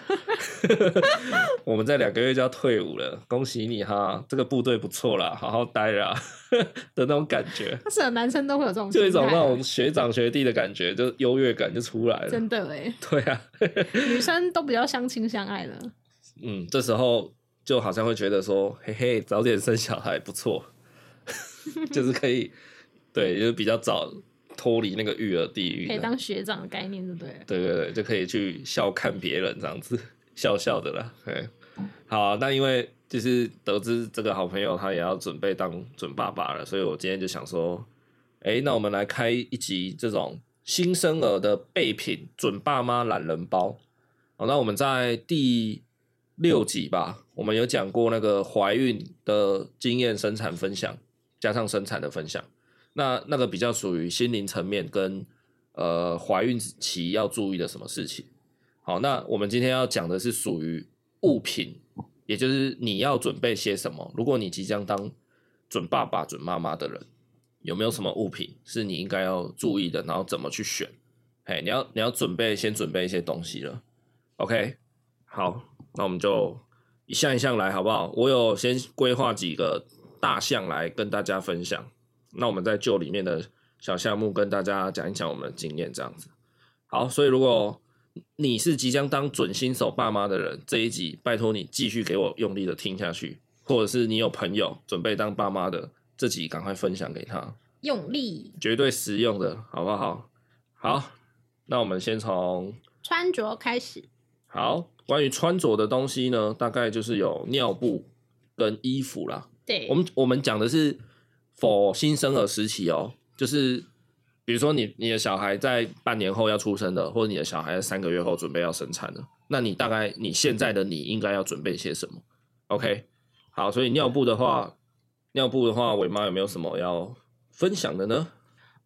S1: [laughs] 我们在两个月就要退伍了，恭喜你哈，这个部队不错啦，好好待啦 [laughs] 的那种感觉，
S2: 但是男生都会有这种
S1: 就一种
S2: 心态
S1: 那
S2: 啊
S1: 种学长学弟的感觉，就优越感就出来了。
S2: 真的哎，
S1: 对啊， [laughs]
S2: 女生都比较相亲相爱了。
S1: 嗯，这时候就好像会觉得说，嘿嘿，早点生小孩不
S2: [laughs]
S1: 错，就是可以，对，就是比较早脱离那个育儿地狱，
S2: 可以当学长的概念就对了。
S1: 对 [laughs] 对对，就可以去笑看别人这样子，笑笑的啦。对，好啊、那因为就是得知这个好朋友他也要准备当准爸爸了，所以我今天就想说，哎，那我们来开一集这种新生儿的备品准爸妈懒人包。好，那我们在第六集吧，我们有讲过那个怀孕的经验生产分享，加上生产的分享。那那个比较属于心灵层面跟呃怀孕期要注意的什么事情。好，那我们今天要讲的是属于物品，也就是你要准备些什么。如果你即将当准爸爸、准妈妈的人，有没有什么物品是你应该要注意的？然后怎么去选？哎，你要你要准备先准备一些东西了。OK，好，那我们就一项一项来，好不好？我有先规划几个大项来跟大家分享。那我们在就里面的小项目跟大家讲一讲我们的经验，这样子。好，所以如果你是即将当准新手爸妈的人，这一集拜托你继续给我用力的听下去，或者是你有朋友准备当爸妈的，这集赶快分享给他，
S2: 用力
S1: 绝对实用的，好不好？好，那我们先从
S2: 穿着开始，
S1: 好关于穿着的东西呢，大概就是有尿布跟衣服啦。
S2: 对
S1: 我，们我们讲的是否新生儿时期哦，就是比如说你你的小孩在半年后要出生的，或者你的小孩在三个月后准备要生产的，那你大概你现在的你应该要准备些什么？OK，好，所以尿布的话，尿布的话，伟妈有没有什么要分享的呢？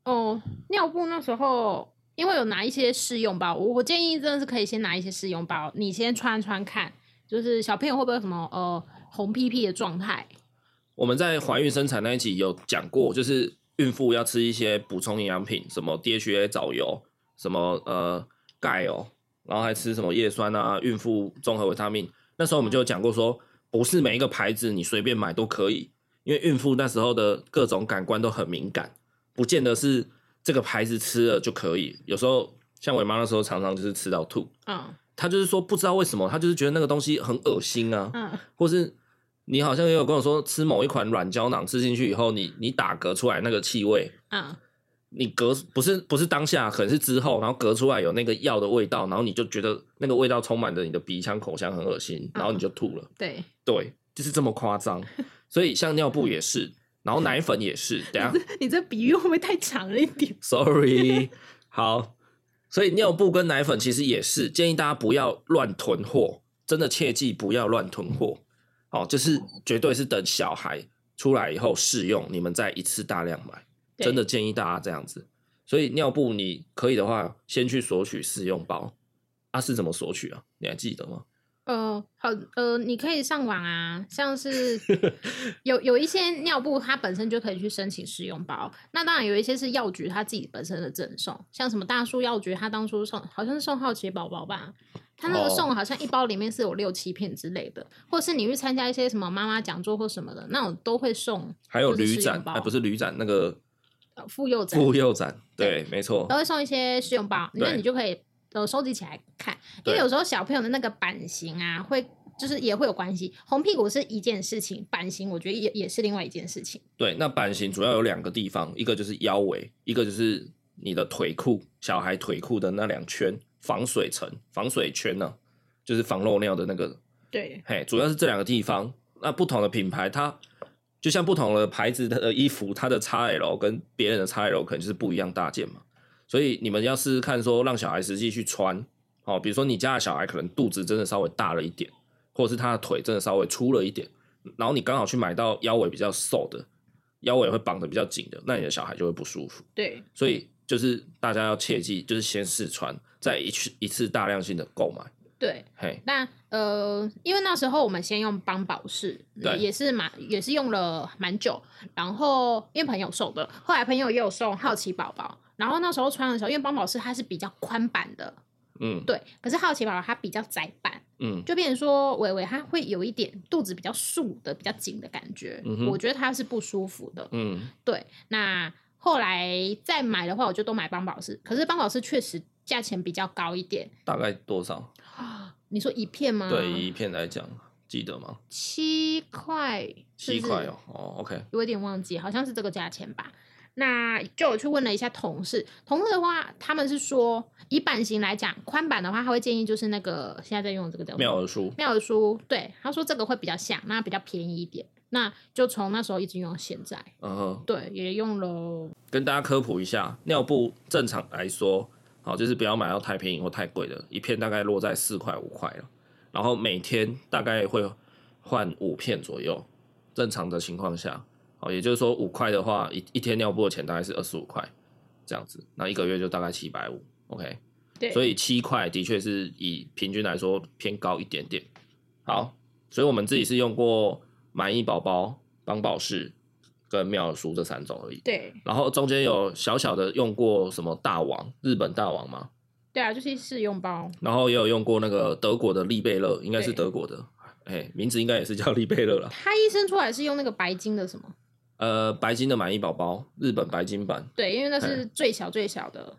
S2: 哦，尿布那时候因为有拿一些试用包，我我建议真的是可以先拿一些试用包，你先穿穿看，就是小朋友会不会有什么呃红屁屁的状态？
S1: 我们在怀孕生产那一集有讲过，就是孕妇要吃一些补充营养品，什么 DHA 藻油，什么呃钙哦，然后还吃什么叶酸啊，孕妇综合维他命。那时候我们就有讲过说，不是每一个牌子你随便买都可以，因为孕妇那时候的各种感官都很敏感，不见得是这个牌子吃了就可以。有时候像我妈那时候常常就是吃到吐，
S2: 嗯
S1: 她就是说不知道为什么，她就是觉得那个东西很恶心啊，
S2: 嗯
S1: 或是你好像也有跟我说吃某一款软胶囊吃进去以后，你你打嗝出来那个气味，
S2: 嗯，
S1: 你隔不是不是当下，可能是之后，然后隔出来有那个药的味道，然后你就觉得那个味道充满着你的鼻腔、口腔，很恶心，然后你就吐了。
S2: 对，
S1: 对，就是这么夸张。所以像尿布也是，然后奶粉也是。等一下
S2: [laughs] 你这比喻会不会太长了一
S1: [laughs]
S2: 点？
S1: ，sorry，好。所以尿布跟奶粉其实也是建议大家不要乱囤货，真的切记不要乱囤货。哦，就是绝对是等小孩出来以后试用，你们再一次大量买。
S2: 对
S1: 真的，建议大家这样子。所以尿布你可以的话，先去索取试用包。啊，是怎么索取啊？你还记得吗？
S2: 呃，好，呃，你可以上网啊，像
S1: [laughs]
S2: 是有有一些尿布，它本身就可以去申请试用包。那当然有一些是药局它自己本身的赠送，像什么大树药局，它当初送好像是送好奇宝宝吧，它那个
S1: 哦
S2: 送好像一包里面是有六七片之类的，或是你去参加一些什么妈妈讲座或什么的，那种都会送
S1: 还有
S2: 就
S1: 旅
S2: 是试
S1: 展
S2: 用，包
S1: 哎，不是旅展，那个
S2: 呃妇幼展，
S1: 妇幼展，对，没错
S2: 都，会送一些试用包，那
S1: 哦对
S2: 你就可以呃收集起来看，因
S1: 对
S2: 为有时候小朋友的那个版型啊，会就是也会有关系。红屁股是一件事情，版型我觉得也也是另外一件事情。
S1: 对。那版型主要有两个地方，一个就是腰围，一个就是你的腿裤，小孩腿裤的那两圈防水层、防水圈呢、就是防漏尿的那个
S2: 对，
S1: 嘿，主要是这两个地方。那不同的品牌，它就像不同的牌子的衣服，它的 XL 跟别人的 XL 可能就是不一样大件嘛。所以你们要试试看，说让小孩实际去穿哦。比如说你家的小孩可能肚子真的稍微大了一点，或者是他的腿真的稍微粗了一点，然后你刚好去买到腰围比较瘦的，腰围会绑得比较紧的，那你的小孩就会不舒服。
S2: 对，
S1: 所以就是大家要切记，就是先试穿，再一去一次大量性的购买。
S2: 对。
S1: 嘿，
S2: 那呃，因为那时候我们先用邦宝适，呃
S1: 对
S2: 也是蛮也是用了蛮久，然后因为朋友送的，后来朋友也有送好奇宝宝，然后那时候穿的时候，因为邦宝适它是比较宽版的，
S1: 嗯
S2: 对，可是好奇宝宝它比较窄版，
S1: 嗯，
S2: 就变成说伟伟他会有一点肚子比较束的、比较紧的感觉，
S1: 嗯哼
S2: 我觉得他是不舒服的。
S1: 嗯，
S2: 对，那后来再买的话，我就都买邦宝适，可是邦宝适确实价钱比较高一点。
S1: 大概多少？
S2: 你说一片吗？
S1: 对一片来讲，记得吗？
S2: 七块，是
S1: 七
S2: 不是
S1: 块哦，哦，OK，
S2: 我有点忘记，好像是这个价钱吧。那就我去问了一下同事，同事的话，他们是说以版型来讲，宽版的话，他会建议就是那个现在在用的这个叫什么
S1: 妙儿书，
S2: 妙尔书，对，他说这个会比较像，那比较便宜一点，那就从那时候一直用到现在，
S1: 嗯哼，
S2: 对，也用了，
S1: 跟大家科普一下，尿布正常来说，好、就是不要买到太便宜或太贵的，一片大概落在四块五块了，然后每天大概会换五片左右，正常的情况下，好、也就是说五块的话，一一天尿布的钱大概是二十五块这样子，那一个月就大概七百五，OK，
S2: 对，
S1: 所以七块的确是以平均来说偏高一点点。好，所以我们自己是用过满意宝宝、邦宝适跟妙叔这三种而已。
S2: 对
S1: 然后中间有小小的用过什么大王，日本大王嘛，
S2: 对啊，就是试用包，
S1: 然后也有用过那个德国的利贝勒，应该是
S2: 对
S1: 德国的，哎，名字应该也是叫利贝勒啦。
S2: 他医生出来是用那个白金的什么？
S1: 呃，白金的满意宝宝，日本白金版
S2: 对，因为那是最小最
S1: [laughs]
S2: 小的，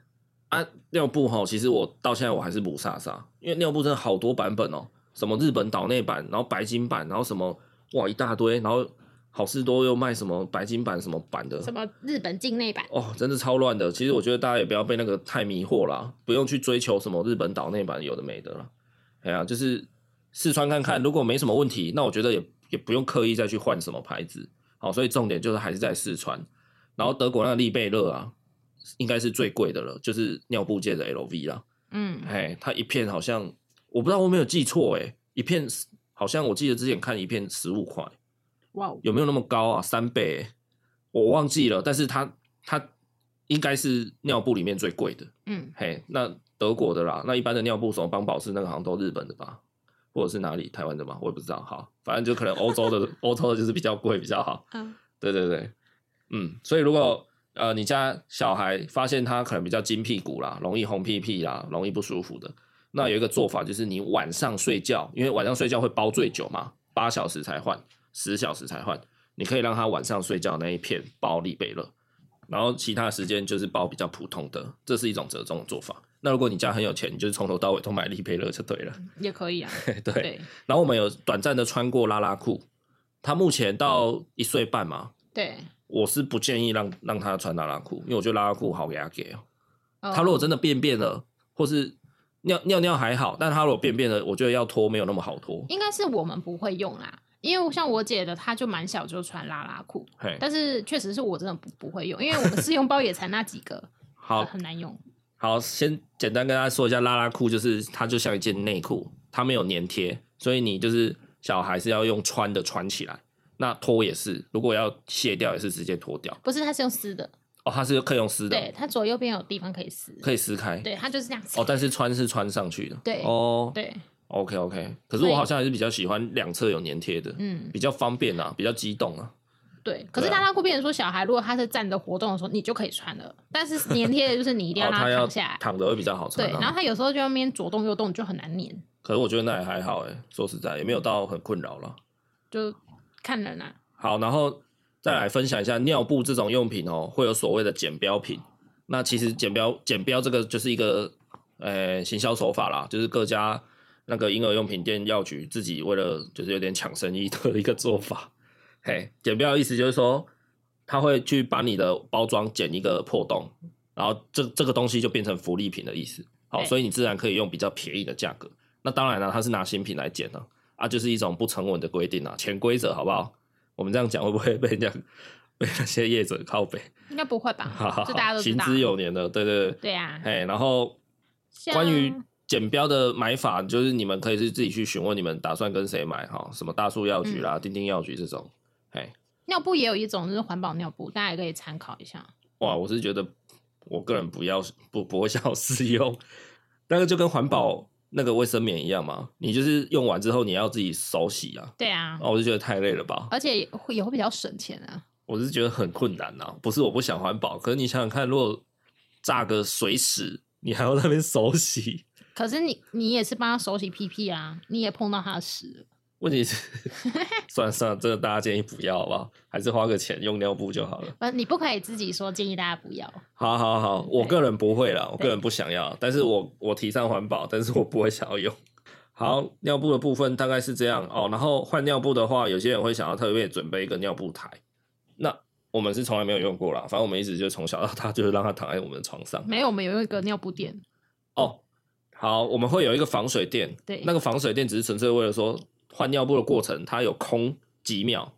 S1: 啊，尿布哈，其实我到现在我还是不飒飒，因为尿布真的好多版本哦，什么日本岛内版，然后白金版，然后什么哇一大堆，然后好事多又卖什么白金版什么版的，
S2: 什么日本境内版，
S1: 哦，真的超乱的。其实我觉得大家也不要被那个太迷惑啦，不用去追求什么日本岛内版有的没的啦。哎呀、就是试穿看看，如果没什么问题，那我觉得也也不用刻意再去换什么牌子。好，所以重点就是还是在试穿。然后德国那个利贝勒啊，应该是最贵的了，就是尿布界的 LV 啦。
S2: 嗯，
S1: 哎，它一片好像我不知道我没有记错，哎，一片好像我记得之前看一片十五块。
S2: 哇哦，
S1: 有没有那么高啊？三倍欸、我忘记了，但是它它应该是尿布里面最贵的。 [laughs]
S2: 嗯，
S1: 嘿，那德国的啦，那一般的尿布什么邦宝适那个好像都日本的吧，或者是哪里台湾的吧，我也不知道。好，反正就可能欧洲的欧洲的就是比较贵比较好。
S2: 嗯，
S1: 对对对，嗯，所以如果呃你家小孩发现他可能比较金屁股啦，容易红屁屁啦，容易不舒服的，那有一个做法就是你晚上睡觉，因为晚上睡觉会包最久嘛，八小时才换，十小时才换，你可以让他晚上睡觉那一片包利贝勒，然后其他时间就是包比较普通的，这是一种折中的做法。那如果你家很有钱，你就是从头到尾都买利贝乐就对了。
S2: 也可以啊。
S1: 对，
S2: 对
S1: 然后我们有短暂的穿过拉拉裤，他目前到一岁半嘛，
S2: 对，
S1: 我是不建议让让他穿拉拉裤，因为我觉得拉拉裤好给他给哦。
S2: 哦
S1: 他如果真的便便了，或是尿尿尿还好，但他如果便便了，我觉得要脱没有那么好脱。
S2: 应该是我们不会用啦，因为像我姐的，她就蛮小就穿拉拉裤，
S1: 嘿，
S2: 但是确实是我真的不不会用，因为我们试用包也才那几个，
S1: 好
S2: 很难用。
S1: 好，先简单跟大家说一下，拉拉裤就是它就像一件内裤，它没有粘贴，所以你就是小孩是要用穿的穿起来，那脱也是，如果要卸掉也是直接脱掉。
S2: 不是，它是用撕的，
S1: 哦，它是可以用撕
S2: 对
S1: 的，，
S2: 它左右边有地方可以撕，
S1: 可以撕开。
S2: 对，它就是这样撕
S1: 哦，。但是穿是穿上去的。
S2: 对
S1: 哦
S2: 对，
S1: ，OK OK。可是
S2: 所以
S1: 我好像还是比较喜欢两侧有粘贴的，
S2: 嗯，
S1: 比较方便啊，比较激动啊。
S2: 对。可是
S1: 对啊
S2: 拉拉裤，变成说小孩如果他是站着活动的时候，你就可以穿了，但是粘贴的就是你一定
S1: 然
S2: 要
S1: 后
S2: 让
S1: 哦他要
S2: 它躺下来。
S1: 躺着会比较好
S2: 对
S1: 穿，
S2: 然后
S1: 啊。
S2: 他有时候就在那边左动右动，就很难粘，
S1: 可是我觉得那也还好哎、说实在也没有到很困扰了。
S2: 就看人啊。
S1: 好，然后再来分享一下尿布这种用品哦，会有所谓的减标品。那其实减标减标这个就是一个呃行销手法啦，就是各家那个婴儿用品店药局自己为了就是有点抢生意的一个做法。嘿，减标的意思就是说，他会去把你的包装剪一个破洞，然后这这个东西就变成福利品的意思。好，
S2: 对
S1: 所以你自然可以用比较便宜的价格。那当然了、他是拿新品来减了啊，就是一种不成文的规定啊，潜规则好不好？我们这样讲会不会被人家被那些业者靠背？
S2: 应该不会吧？
S1: 好好
S2: 这啊大家
S1: 好，
S2: 都知
S1: 行
S2: 道。
S1: 之有年的，对对对，
S2: 对啊，
S1: 哎，然后
S2: 像
S1: 关于减标的买法，就是你们可以是自己去询问你们打算跟谁买哈，什么大树药局
S2: 嗯
S1: 啦、丁丁药局这种，哎，
S2: 尿布也有一种就是环保尿布，大家也可以参考一下。
S1: 哇，
S2: 嗯
S1: 我是觉得我个人不要 [laughs] 不不会想试用，那个就跟环
S2: 嗯
S1: 保那个卫生棉一样嘛，你就是用完之后你要自己手洗啊，
S2: 对啊，
S1: 哦，我就觉得太累了吧，
S2: 而且也会也会比较省钱啊。
S1: 我是觉得很困难啊，不是我不想环保，可是你想想看，如果榨个水屎，你还要那边手洗，
S2: 可是你你也是帮他手洗屁屁啊，你也碰到他的屎了，
S1: 问题是，
S2: [laughs]
S1: 算了算了，这个大家建议不要好不好？还是花个钱用尿布就好了。
S2: 呃，你不可以自己说建议大家不要。
S1: 好好好，我
S2: 对嗯
S1: 个人不会啦，我个人不想要，但是我我提倡环保，但是我不会想要用。好，尿布的部分大概是这样哦。然后换尿布的话，有些人会想要特别准备一个尿布台，那我们是从来没有用过啦。反正我们一直就从小到大就是让他躺在我们的床上。
S2: 没有，我们有一个尿布垫，
S1: 哦，好，我们会有一个防水垫，
S2: 对
S1: 那个防水垫只是纯粹为了说换尿布的过程，它有空几秒，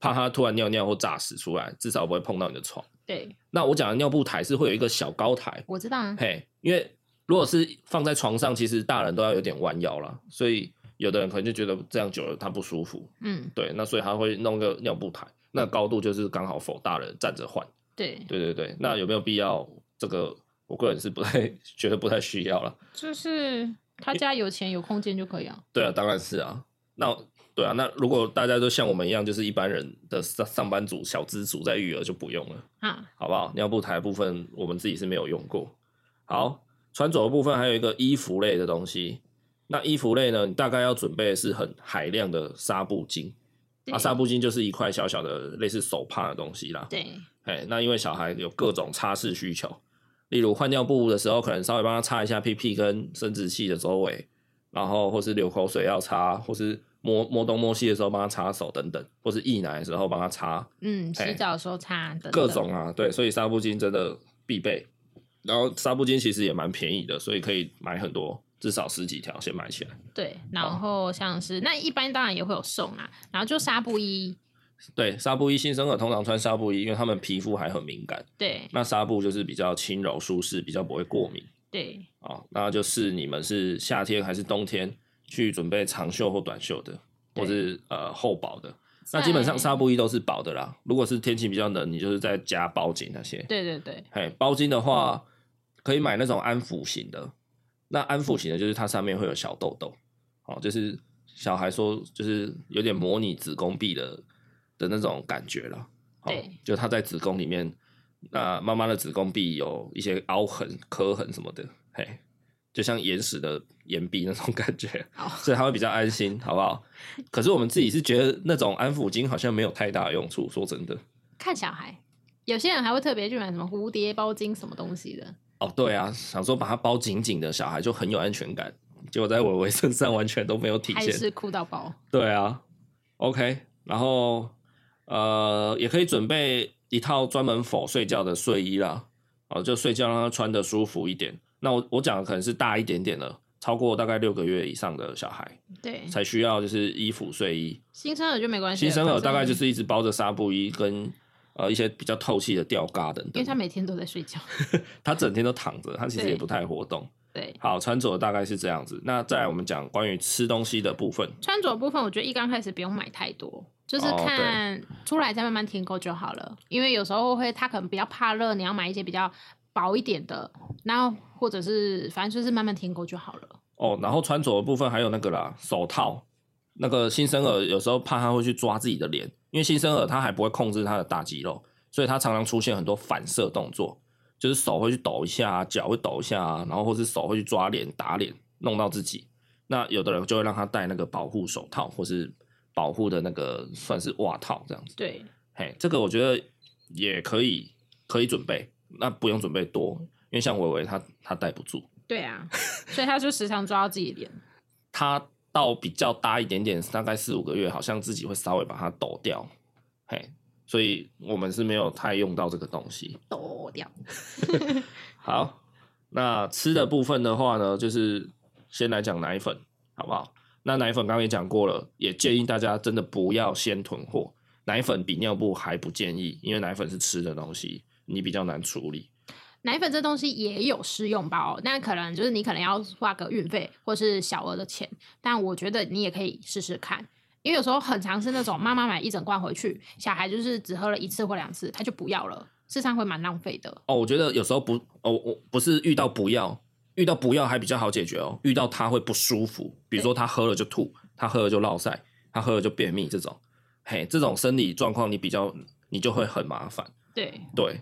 S1: 怕它突然尿尿或炸屎出来，至少不会碰到你的床。
S2: 对
S1: 那我讲的尿布台是会有一个小高台，
S2: 我知道啊。
S1: 嘿，因为如果是放在床上，其实大人都要有点弯腰啦，所以有的人可能就觉得这样久了他不舒服，
S2: 嗯，
S1: 对，那所以他会弄个尿布台，那高度就是刚好否大人站着换。
S2: 对，
S1: 对对对，那有没有必要？这个我个人是不太 [laughs] 觉得不太需要了。
S2: 就是他家有钱有空间就可以啊。
S1: 对啊，当然是啊。那对啊，那如果大家都像我们一样，就是一般人的上上班族、小资族在育儿就不用了，
S2: 啊，
S1: 好不好？尿布台的部分我们自己是没有用过。好，穿着的部分还有一个衣服类的东西。那衣服类呢，你大概要准备的是很海量的纱布巾啊，纱布巾就是一块小小的类似手帕的东西啦。
S2: 对
S1: 哎，那因为小孩有各种擦拭需求，例如换尿布的时候，可能稍微帮他擦一下屁屁跟生殖器的周围，然后或是流口水要擦，或是摸摸东摸西的时候帮他擦手等等，或是溢奶的时候帮他擦，
S2: 嗯，
S1: 哎
S2: 洗澡的时候擦等等
S1: 各种啊，对，所以纱布巾真的必备。然后纱布巾其实也蛮便宜的，所以可以买很多，至少十几条先买起来。
S2: 对，然后像是那一般当然也会有送啊，然后就纱布衣，
S1: 对，纱布衣新生儿通常穿纱布衣，因为他们皮肤还很敏感，
S2: 对
S1: 那纱布就是比较轻柔舒适，比较不会过敏。
S2: 对
S1: 哦，那就是你们是夏天还是冬天去准备长袖或短袖的，或
S2: 对
S1: 是呃厚薄的。那基本上
S2: 在
S1: 纱布衣都是薄的啦。如果是天气比较冷，你就是再加包巾那些。
S2: 对对对，
S1: 嘿，包巾的
S2: 嗯
S1: 话可以买那种安抚型的。那安抚型的就是它上面会有小痘痘，哦，就是小孩说就是有点模拟子宫壁的的那种感觉了。哦
S2: 对，
S1: 就它在子宫里面，那妈妈的子宫壁有一些凹痕、磕痕什么的，嘿，就像岩石的岩壁那种感觉，
S2: 哦
S1: 所以他会比较安心，好不好？可是我们自己是觉得那种安抚巾好像没有太大的用处，说真的。
S2: 看小孩，有些人还会特别去买什么蝴蝶包巾什么东西的，
S1: 哦，对啊，想说把它包紧紧的，小孩就很有安全感。结果在伟伟身上完全都没有体
S2: 还
S1: 现。
S2: 是哭到爆。
S1: 对啊，OK，然后呃，也可以准备一套专门否睡觉的睡衣啦，哦，就睡觉让他穿的舒服一点。那我我讲的可能是大一点点的，超过大概六个月以上的小孩
S2: 对，
S1: 才需要就是衣服睡衣。
S2: 新生儿就没关系了。
S1: 新生儿
S2: 反正
S1: 大概就是一直包着纱布衣跟呃一些比较透气的吊嘎等
S2: 因
S1: 等
S2: 为他。每天都在睡觉。
S1: 他整天都躺着，他其实
S2: 对
S1: 也不太活动。
S2: 对，
S1: 好，穿着大概是这样子。那再来我们讲关于吃东西的部分。
S2: 穿着部分，我觉得一刚开始不用买太多，就是
S1: 哦
S2: 看出来再慢慢添购就好了。因为有时候会他可能比较怕热，你要买一些比较薄一点的，然后或者是反正就是慢慢添购就好了。
S1: 哦，然后穿着的部分还有那个啦，手套。那个新生儿有时候怕他会去抓自己的脸，因为新生儿他还不会控制他的大肌肉，所以他常常出现很多反射动作，就是手会去抖一下、啊，脚会抖一下、啊，然后或是手会去抓脸、打脸，弄到自己。那有的人就会让他戴那个保护手套，或是保护的那个算是袜套这样子。
S2: 对，
S1: 嘿，这个我觉得也可以，可以准备，那不用准备多，因为像伟伟他他戴不住，
S2: 对啊，所以他就时常抓到自己脸。
S1: 他到比较大一点点，大概四五个月，好像自己会稍微把它抖掉，嘿，所以我们是没有太用到这个东西。
S2: 抖掉，
S1: 好，那吃的部分的话呢，就是先来讲奶粉，好不好？那奶粉刚刚也讲过了，也建议大家真的不要先囤货，奶粉比尿布还不建议，因为奶粉是吃的东西，你比较难处理。
S2: 奶粉这东西也有试用包，那可能就是你可能要花个运费或是小额的钱，但我觉得你也可以试试看，因为有时候很常是那种妈妈买一整罐回去，小孩就是只喝了一次或两次，他就不要了，事实上会蛮浪费的。
S1: 哦，我觉得有时候不，哦，我不是遇到不要，遇到不要还比较好解决哦。遇到他会不舒服，比如说他喝了就吐，他喝了就落晒，他喝了就便秘这种，嘿，这种生理状况你比较你就会很麻烦。
S2: 对，
S1: 对，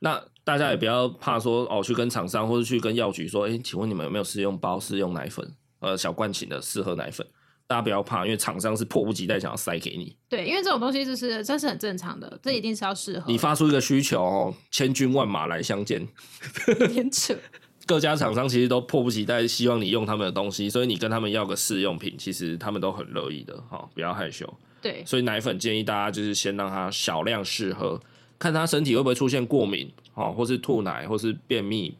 S1: 那大家也不要怕说哦，去跟厂商或者去跟药局说，哎，请问你们有没有试用包、试用奶粉，呃，小罐型的适合奶粉？大家不要怕，因为厂商是迫不及待想要塞给你。
S2: 对，因为这种东西就是这是很正常的，这一定是要适合。
S1: 你发出一个需求哦，千军万马来相见。
S2: 点扯，
S1: 各家厂商其实都迫不及待希望你用他们的东西，所以你跟他们要个试用品，其实他们都很乐意的哈、不要害羞。
S2: [laughs] 对
S1: 所以奶粉建议大家就是先让他少量试喝，看他身体会不会出现过敏哦，或是吐奶，或是便秘、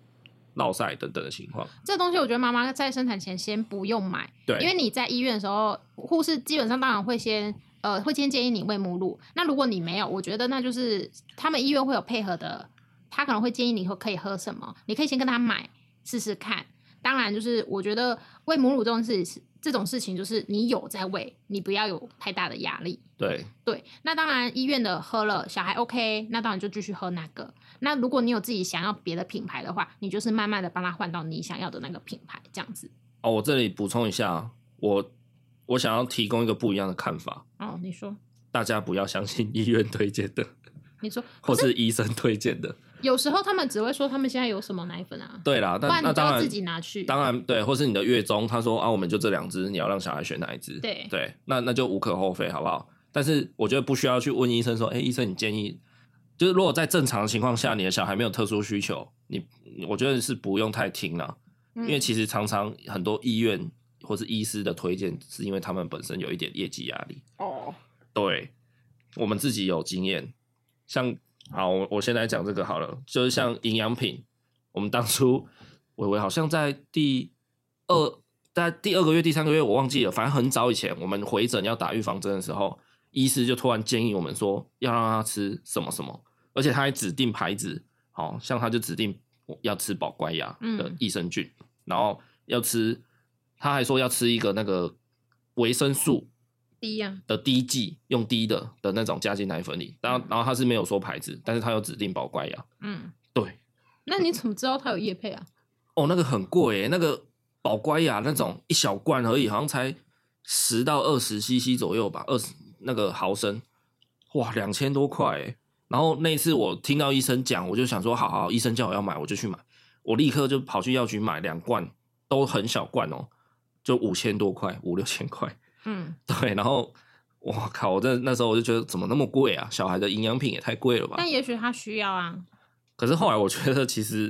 S1: 落晒等等的情况。
S2: 这东西，我觉得妈妈在生产前先不用买，
S1: 对，
S2: 因为你在医院的时候，护士基本上当然会先呃会先建议你喂母乳。那如果你没有，我觉得那就是他们医院会有配合的，他可能会建议你可以喝什么，你可以先跟他买试试看。当然，就是我觉得喂母乳这种事情，这种事情就是你有在喂，你不要有太大的压力。
S1: 对
S2: 对，那当然医院的喝了，小孩 OK，那当然就继续喝那个。那如果你有自己想要别的品牌的话，你就是慢慢的帮他换到你想要的那个品牌，这样子。
S1: 哦，我这里补充一下，我我想要提供一个不一样的看法，
S2: 哦，你说，
S1: 大家不要相信医院推荐的
S2: 你说，
S1: 或是医生推荐的。
S2: 有时候他们只会说他们现在有什么奶粉啊，
S1: 对啦，
S2: 不
S1: 但
S2: 然
S1: 那
S2: 你就
S1: 当
S2: 要
S1: 然
S2: 自己拿去。
S1: 当然对，或是你的月中，他说啊，我们就这两只，你要让小孩选哪一只？
S2: 对
S1: 那那就无可厚非，好不好？但是我觉得不需要去问医生说，哎、医生，你建议就是如果在正常的情况下，你的小孩没有特殊需求，你我觉得是不用太听了，
S2: 嗯
S1: 因为其实常常很多医院或是医师的推荐，是因为他们本身有一点业绩压力。
S2: 哦，
S1: 对，我们自己有经验。像好，我我先来讲这个好了，就是像营养品，我们当初伟伟好像在第二，在第二个月、第三个月，我忘记了，反正很早以前，我们回诊要打预防针的时候，医师就突然建议我们说要让他吃什么什么，而且他还指定牌子，好、像他就指定要吃保乖牙的
S2: 嗯
S1: 益生菌，然后要吃，他还说要吃一个那个维生素，
S2: 低呀、
S1: 的滴剂，用滴的的那种加进奶粉里，然后然后他是没有说牌子，但是他有指定保乖牙。
S2: 嗯，
S1: 对，
S2: 那你怎么知道他有叶配啊？
S1: 哦，那个很贵耶，那个保乖牙那种一小罐而已，好像才十到二十 CC 左右吧，二十那个毫升，哇，两千多块耶。然后那一次我听到医生讲，我就想说，好好，医生叫我要买，我就去买，我立刻就跑去药局买两罐，都很小罐哦，就五千多块，五六千块。
S2: 嗯，
S1: [laughs] 对，然后哇靠！我真的那时候我就觉得怎么那么贵啊？小孩的营养品也太贵了吧？
S2: 但也许他需要啊，
S1: 可是后来我觉得，其实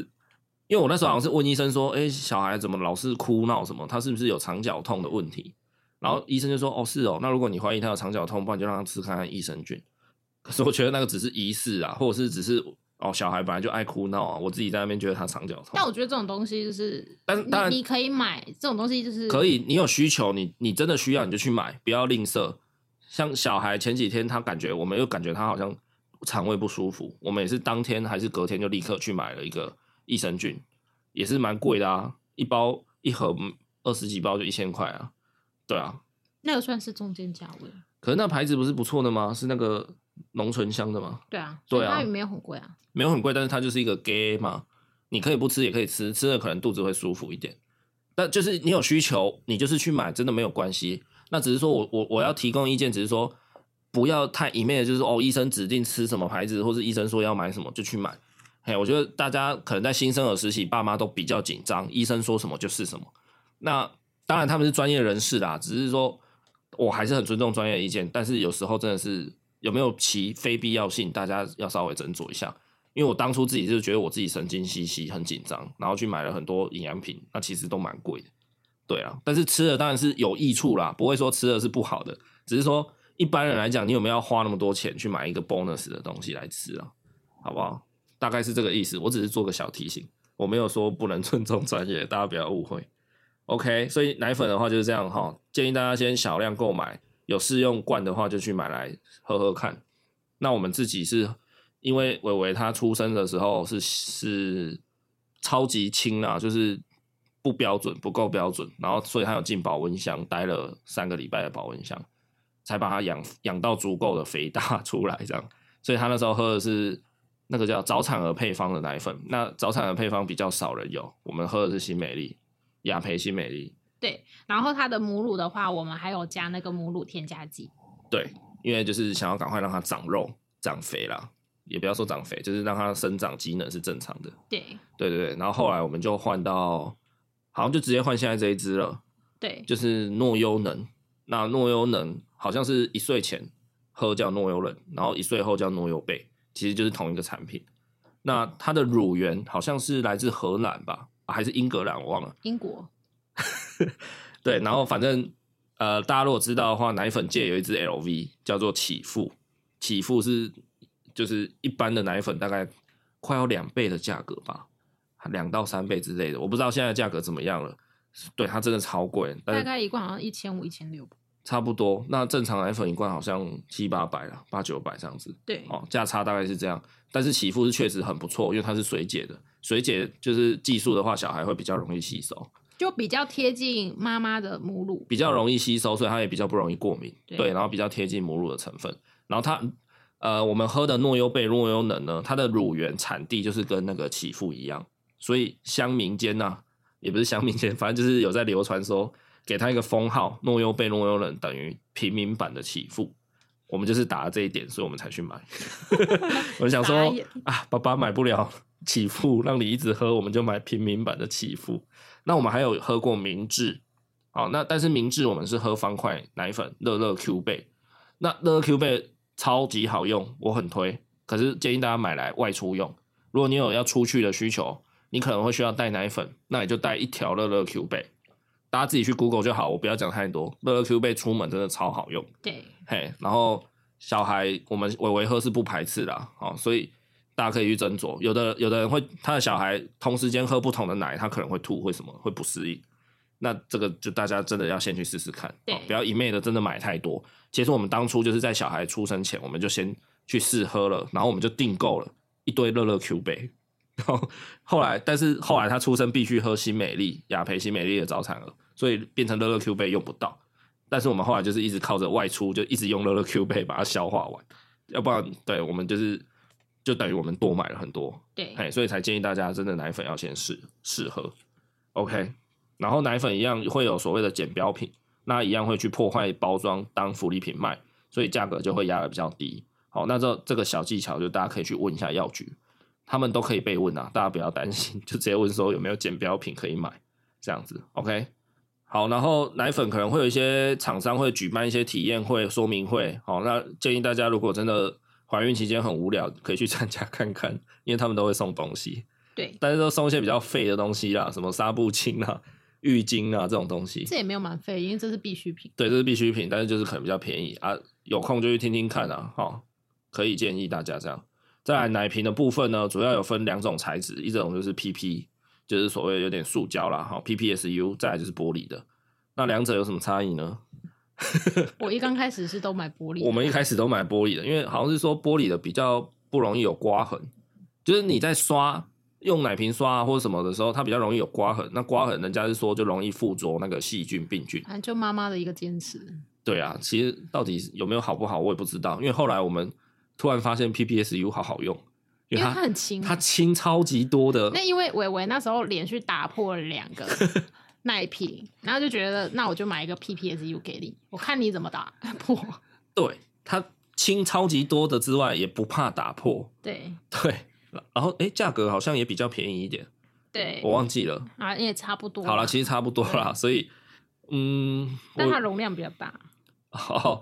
S1: 因为我那时候好像是问医生说：“哎、小孩怎么老是哭闹什么？他是不是有肠绞痛的问题？”然后医生就说：“哦，是哦，那如果你怀疑他有肠绞痛，不然就让他吃看看益生菌。”可是我觉得那个只是疑似啊，或者是只是哦，小孩本来就爱哭闹啊，我自己在那边觉得他肠绞
S2: 但我
S1: 痛。
S2: 觉得这种东西就是，
S1: 但是当然
S2: 你你可以买这种东西，就是
S1: 可以，你有需求，你你真的需要你就去买，不要吝啬。像小孩前几天他感觉，我们又感觉他好像肠胃不舒服，我们也是当天还是隔天就立刻去买了一个益生菌，也是蛮贵的啊，一包一盒二十几包就一千块啊，对啊。
S2: 那个算是中间价位，
S1: 可是那牌子不是不错的吗？是那个浓醇香的吗？
S2: 对啊，
S1: 对啊
S2: 所以它也没有很贵啊，
S1: 没有很贵，但是它就是一个 gay 嘛，你可以不吃也可以吃，吃了可能肚子会舒服一点。但就是你有需求，你就是去买，真的没有关系。那只是说我我我要提供意见，只是说不要太一昧的，就是哦，医生指定吃什么牌子，或是医生说要买什么就去买。嘿，我觉得大家可能在新生儿时期，爸妈都比较紧张，医生说什么就是什么。那当然他们是专业人士啦，只是说我还是很尊重专业意见，但是有时候真的是有没有其非必要性，大家要稍微斟酌一下。因为我当初自己就是觉得我自己神经兮兮，很紧张，然后去买了很多营养品，那其实都蛮贵的，对啊。但是吃了当然是有益处啦，不会说吃了是不好的，只是说一般人来讲，你有没有要花那么多钱去买一个 bonus 的东西来吃啊？好不好？大概是这个意思。我只是做个小提醒，我没有说不能尊重专业，大家不要误会。OK，所以奶粉的话就是这样哈，建议大家先少量购买，有试用罐的话就去买来喝喝看。那我们自己是因为伟伟他出生的时候是是超级轻啦，就是不标准，不够标准，然后所以他有进保温箱待了三个礼拜的保温箱，才把它养养到足够的肥大 [laughs] 出来，这样。所以他那时候喝的是那个叫早产儿配方的奶粉，那早产儿配方比较少人有，我们喝的是新美丽雅培新美丽，
S2: 对。然后它的母乳的话，我们还有加那个母乳添加剂，
S1: 对，因为就是想要赶快让它长肉、长肥啦，也不要说长肥，就是让它生长机能是正常的。
S2: 对
S1: 对对对，然后后来我们就换到，好像就直接换现在这一只了，
S2: 对
S1: 就是诺优能。那诺优能好像是一岁前喝叫诺优能，然后一岁后叫诺优贝，其实就是同一个产品。那它的乳源好像是来自荷兰吧，啊还是英格兰？我忘了。
S2: 英国
S1: 对，然后反正呃，大家如果知道的话，奶粉界有一支 LV 叫做起付，起付是就是一般的奶粉大概快要两倍的价格吧，两到三倍之类的，我不知道现在的价格怎么样了。对，它真的超贵，但
S2: 大
S1: 是
S2: 概一罐好像一千五、一千六，
S1: 差不多。那正常奶粉一罐好像七八百啦，八九百这样子。
S2: 对
S1: 哦，价差大概是这样。但是起付是确实很不错，因为它是水解的，水解就是技术的话，小孩会比较容易吸收。
S2: 就比较贴近妈妈的母乳，
S1: 比较容易吸收，所以它也比较不容易过敏。
S2: 对
S1: 对，然后比较贴近母乳的成分。然后它，呃，我们喝的诺优贝、诺优能呢，它的乳源产地就是跟那个起复一样，所以乡民间呐、也不是乡民间，反正就是有在流传说，给它一个封号，诺优贝、诺优能等于平民版的起复。我们就是打了这一点，所以我们才去买。 [laughs] 我想
S2: 傻
S1: 说
S2: 眼
S1: 啊，爸爸买不了起复，让你一直喝，我们就买平民版的起复。那我们还有喝过明治，好，那但是明治我们是喝方块奶粉乐乐 Q 贝，那乐乐 Q 贝超级好用，我很推，可是建议大家买来外出用。如果你有要出去的需求，你可能会需要带奶粉，那你就带一条乐乐 Q 贝，大家自己去 Google 就好，我不要讲太多。乐乐 Q 贝出门真的超好用。
S2: 对
S1: 嘿，然后小孩我们伟伟喝是不排斥啦，哦，所以大家可以去斟酌。有的有的人会他的小孩同时间喝不同的奶，他可能会吐，会什么会不适应。那这个就大家真的要先去试试看，
S2: 对
S1: 哦，不要一昧的真的买太多。其实我们当初就是在小孩出生前，我们就先去试喝了，然后我们就订购了一堆乐乐 Q 杯，然后后来，但是后来他出生必须喝新美丽雅培新美丽的早产儿，所以变成乐乐 Q 杯用不到。但是我们后来就是一直靠着外出，就一直用乐乐 Q 杯把它消化完，要不然对我们就是就等于我们多买了很多，
S2: 对
S1: 哎，所以才建议大家真的奶粉要先试试喝，OK。然后奶粉一样会有所谓的减标品，那一样会去破坏包装当福利品卖，所以价格就会压得比较低。好，那这这个小技巧就大家可以去问一下药局，他们都可以被问啊，大家不要担心，就直接问说有没有减标品可以买，这样子，OK。好，然后奶粉可能会有一些厂商会举办一些体验会、说明会。好，那建议大家如果真的怀孕期间很无聊，可以去参加看看， [laughs] 因为他们都会送东西，
S2: 对，
S1: 但是都送一些比较废的东西啦，什么纱布巾啊、浴巾啊这种东西。
S2: 这也没有蛮费，因为这是必需品。
S1: 对，这是必需品，但是就是可能比较便宜啊，有空就去听听看啊，好、可以建议大家这样。再来奶瓶的部分呢，主要有分两种材质，一种就是 PP，就是所谓有点塑胶啦，好、PPSU，再来就是玻璃的。那两者有什么差异呢？
S2: 我一刚开始是都买玻璃的，
S1: 我们一开始都买玻璃的，因为好像是说玻璃的比较不容易有刮痕，就是你在刷用奶瓶刷啊或者什么的时候，它比较容易有刮痕。那刮痕人家是说就容易附着那个细菌病菌。
S2: 反正就妈妈的一个坚持。
S1: 对啊，其实到底有没有好不好，我也不知道。因为后来我们突然发现 PPSU 好好用，因
S2: 因
S1: 为
S2: 为
S1: 它
S2: 它很轻嘛
S1: 它轻超级多的
S2: 那。因为伟伟那时候连续打破了两
S1: [laughs]
S2: 个奶瓶，然后就觉得那我就买一个 PPSU 给你，我看你怎么打
S1: [laughs]
S2: 破。
S1: 对，它轻超级多的之外，也不怕打破。
S2: 对
S1: 对，然后诶，价格好像也比较便宜一点，
S2: 对
S1: 我，忘记了。
S2: 啊也差不多。
S1: 好了，其实差不多啦，所以嗯，
S2: 但它
S1: 我
S2: 容量比较大，
S1: [laughs] 好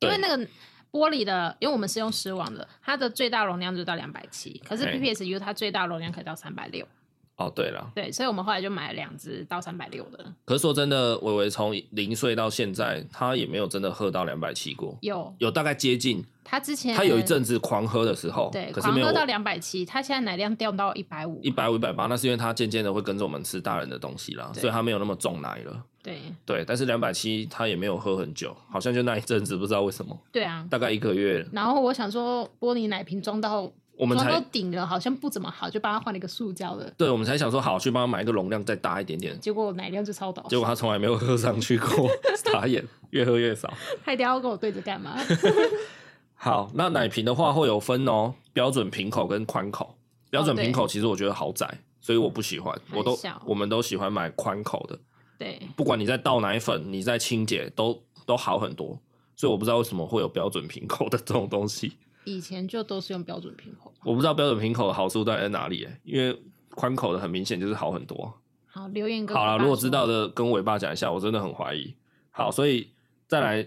S2: 因
S1: 对
S2: 为那个玻璃的，因为我们是用丝网的，它的最大容量就到两百七，可是
S1: 嘿
S2: PPSU 它最大容量可以到三百六，
S1: 哦，对了，
S2: 对，所以我们后来就买了两只到三百六的，
S1: 可是说真的，伟伟从零岁到现在，他也没有真的喝到两百七过，
S2: 有
S1: 有大概接近，
S2: 它之前
S1: 他有一阵子狂喝的时候，
S2: 对
S1: 哦可是
S2: 狂
S1: 没有
S2: 喝到两百七，它现在奶量掉到一百五
S1: 一，百五、一百八，那是因为他渐渐的会跟着我们吃大人的东西啦，
S2: 对
S1: 所以他没有那么重奶了。
S2: 对
S1: 对，但是两百七他也没有喝很久，好像就那一阵子，不知道为什么，
S2: 对啊，
S1: 大概一个月，
S2: 然后我想说，玻璃奶瓶装到
S1: 我们
S2: 装到
S1: 才
S2: 顶了，好像不怎么好，就帮他换了一个塑胶的，
S1: 对，我们才想说好去帮他买一个容量再大一点点，
S2: 结果奶量就超倒，
S1: 结果他从来没有喝上去过， [laughs] 傻眼，越喝越少。
S2: 他一定要跟我对着干嘛？
S1: [laughs] 好，那奶瓶的话会有分哦，标准瓶口跟宽口。标准
S2: 哦对
S1: 瓶口其实我觉得好窄，所以我不喜欢，我都
S2: 很小
S1: 我们都喜欢买宽口的。
S2: 对，
S1: 不管你在倒奶粉，你在清洁，都都好很多。所以我不知道为什么会有标准瓶口的这种东西，
S2: 以前就都是用标准瓶口，
S1: 我不知道标准瓶口的好处到底在哪里、欸因为宽口的很明显就是好很多。啊
S2: 好留言跟
S1: 好
S2: 我
S1: 啦，
S2: 爸
S1: 如果知道
S2: 说，
S1: 的，跟伟爸讲一下，我真的很怀疑。好，所以再来，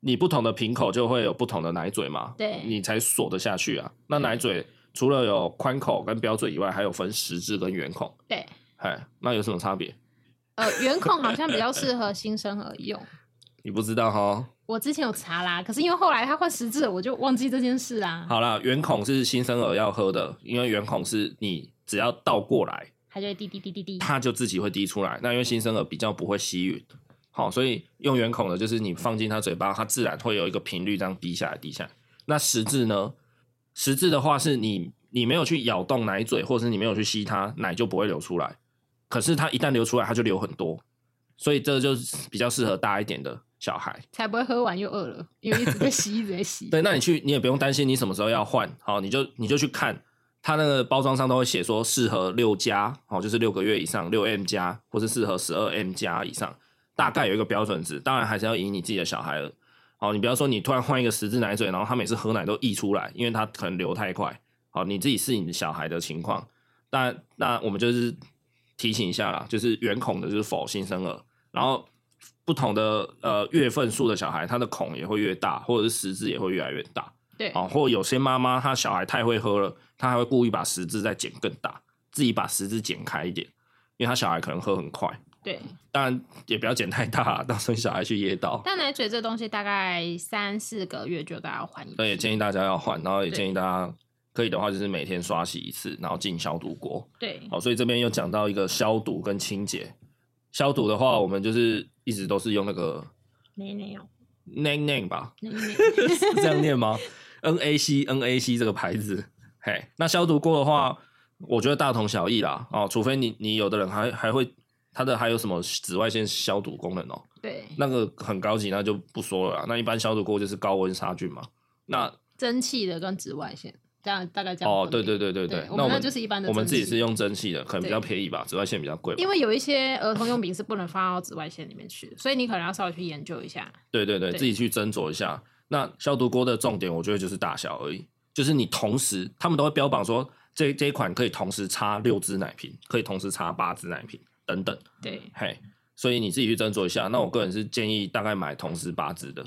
S1: 你不同的瓶口就会有不同的奶嘴嘛，
S2: 对
S1: 你才锁得下去啊。那奶嘴除了有宽口跟标准以外，还有分十字跟圆孔，
S2: 对，
S1: 哎，那有什么差别？
S2: 呃，圆孔好像比较适合新生儿用。
S1: 你不知道哈？
S2: 我之前有查啦，可是因为后来他换十字了，我就忘记这件事啦。
S1: 好啦，圆孔是新生儿要喝的，因为圆孔是你只要倒过来，
S2: 他就会滴滴滴滴滴，
S1: 它就自己会滴出来。那因为新生儿比较不会吸吮，好，所以用圆孔的就是你放进它嘴巴，它自然会有一个频率这样滴下来，滴下来。那十字呢？十字的话是你你没有去咬动奶嘴，或者是你没有去吸它，奶就不会流出来。可是它一旦流出来，它就流很多，所以这就是比较适合大一点的小孩。
S2: 才不会喝完又饿了，因为一直在洗，一直在洗。
S1: 对，那你去你也不用担心你什么时候要换，好，你就你就去看它那个包装上都会写说适合六加，哦，就是六个月以上，六 M 加，或是适合十二 M 加以上，大概有一个标准值，当然还是要以你自己的小孩了。好，你不要说你突然换一个十字奶嘴，然后他每次喝奶都溢出来，因为他可能流太快。好，你自己是你的小孩的情况，那那我们就是提醒一下啦，就是圆孔的就是否新生儿，然后不同的呃月份数的小孩，他的孔也会越大，或者是十字也会越来越大
S2: 对
S1: 哦。或有些妈妈她小孩太会喝了，她还会故意把十字再剪更大，自己把十字剪开一点，因为她小孩可能喝很快。
S2: 对，
S1: 当然也不要剪太大啊啦，到时候小孩去噎到。
S2: 但奶嘴这东西大概三四个月就大概要换一
S1: 所以也
S2: 次。
S1: 建议大家要换，然后也
S2: 对
S1: 建议大家可以的话就是每天刷洗一次，然后进消毒锅。哦
S2: 对，
S1: 好，所以这边又讲到一个消毒跟清洁。消毒的话，我们就是一直都是用那个
S2: 没没有，
S1: n a n n 吧，
S2: [laughs] 没没。
S1: 是 [laughs] 这样念吗？NAC NAC 这个牌子，嘿，那消毒锅的话，
S2: 嗯
S1: 我觉得大同小异啦，哦，除非你你有的人还还会它的还有什么紫外线消毒功能哦，
S2: 对，
S1: 那个很高级，那就不说了啦。那一般消毒锅就是高温杀菌嘛。那
S2: 蒸汽的跟紫外线，这样大概这样。
S1: 哦，对对，对对
S2: 对
S1: 那
S2: 我们
S1: 我
S2: 那
S1: 们
S2: 就是一般的
S1: 我们
S2: 蒸
S1: 自己
S2: 汽
S1: 是用蒸汽的，可能比较
S2: 对
S1: 便宜吧，紫外线比较贵吧。
S2: 因为有一些儿童用品是不能放到紫外线里面去的，所以你可能要稍微去研究一下。
S1: 对对对，
S2: 对
S1: 自己去斟酌一下。那消毒锅的重点，我觉得就是大小而已，就是你同时，他们都会标榜说这这一款可以同时插六支奶瓶，可以同时插八支奶瓶等等。
S2: 对，
S1: 嘿，所以你自己去斟酌一下。那我个人是建议大概买同时八支的，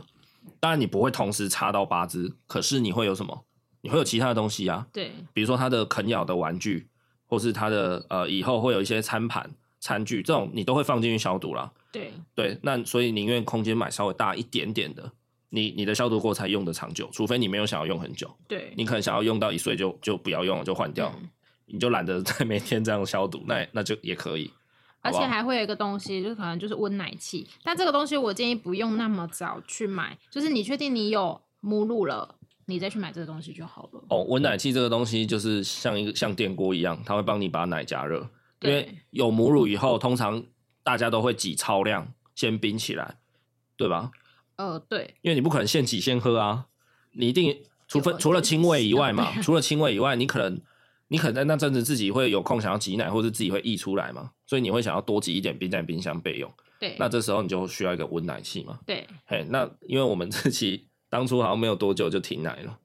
S1: 当然你不会同时插到八支，可是你会有什么？你会有其他的东西啊，
S2: 对，
S1: 比如说它的啃咬的玩具，或是它的呃以后会有一些餐盘、餐具这种，你都会放进去消毒啦。
S2: 对，
S1: 对，那所以宁愿空间买稍微大一点点的，你你的消毒锅才用的长久，除非你没有想要用很久，
S2: 对，
S1: 你可能想要用到一岁就就不要用了，就换掉，
S2: 嗯
S1: 你就懒得再每天这样消毒，那那就也可以。
S2: 而且
S1: 好不好
S2: 还会有一个东西，就是可能就是温奶器，但这个东西我建议不用那么早去买，就是你确定你有目录了，你再去买这个东西就好了。
S1: 哦，温奶器这个东西就是像一个像电锅一样，它会帮你把奶加热，因为
S2: 对
S1: 有母乳以后，通常大家都会挤超量先冰起来，对吧？
S2: 呃，对，
S1: 因为你不可能现挤现喝啊，你一定除非
S2: 有
S1: 除了
S2: 这
S1: 亲喂以外
S2: 是
S1: 嘛，
S2: [laughs] 啊
S1: 除了亲喂以外，你可能你可能在那阵子自己会有空想要挤奶，或是自己会溢出来嘛，所以你会想要多挤一点冰在冰箱备用。
S2: 对，
S1: 那这时候你就需要一个温奶器嘛。
S2: 对，
S1: 嘿，那因为我们自己 [laughs] 当初好像没有多久就停奶了，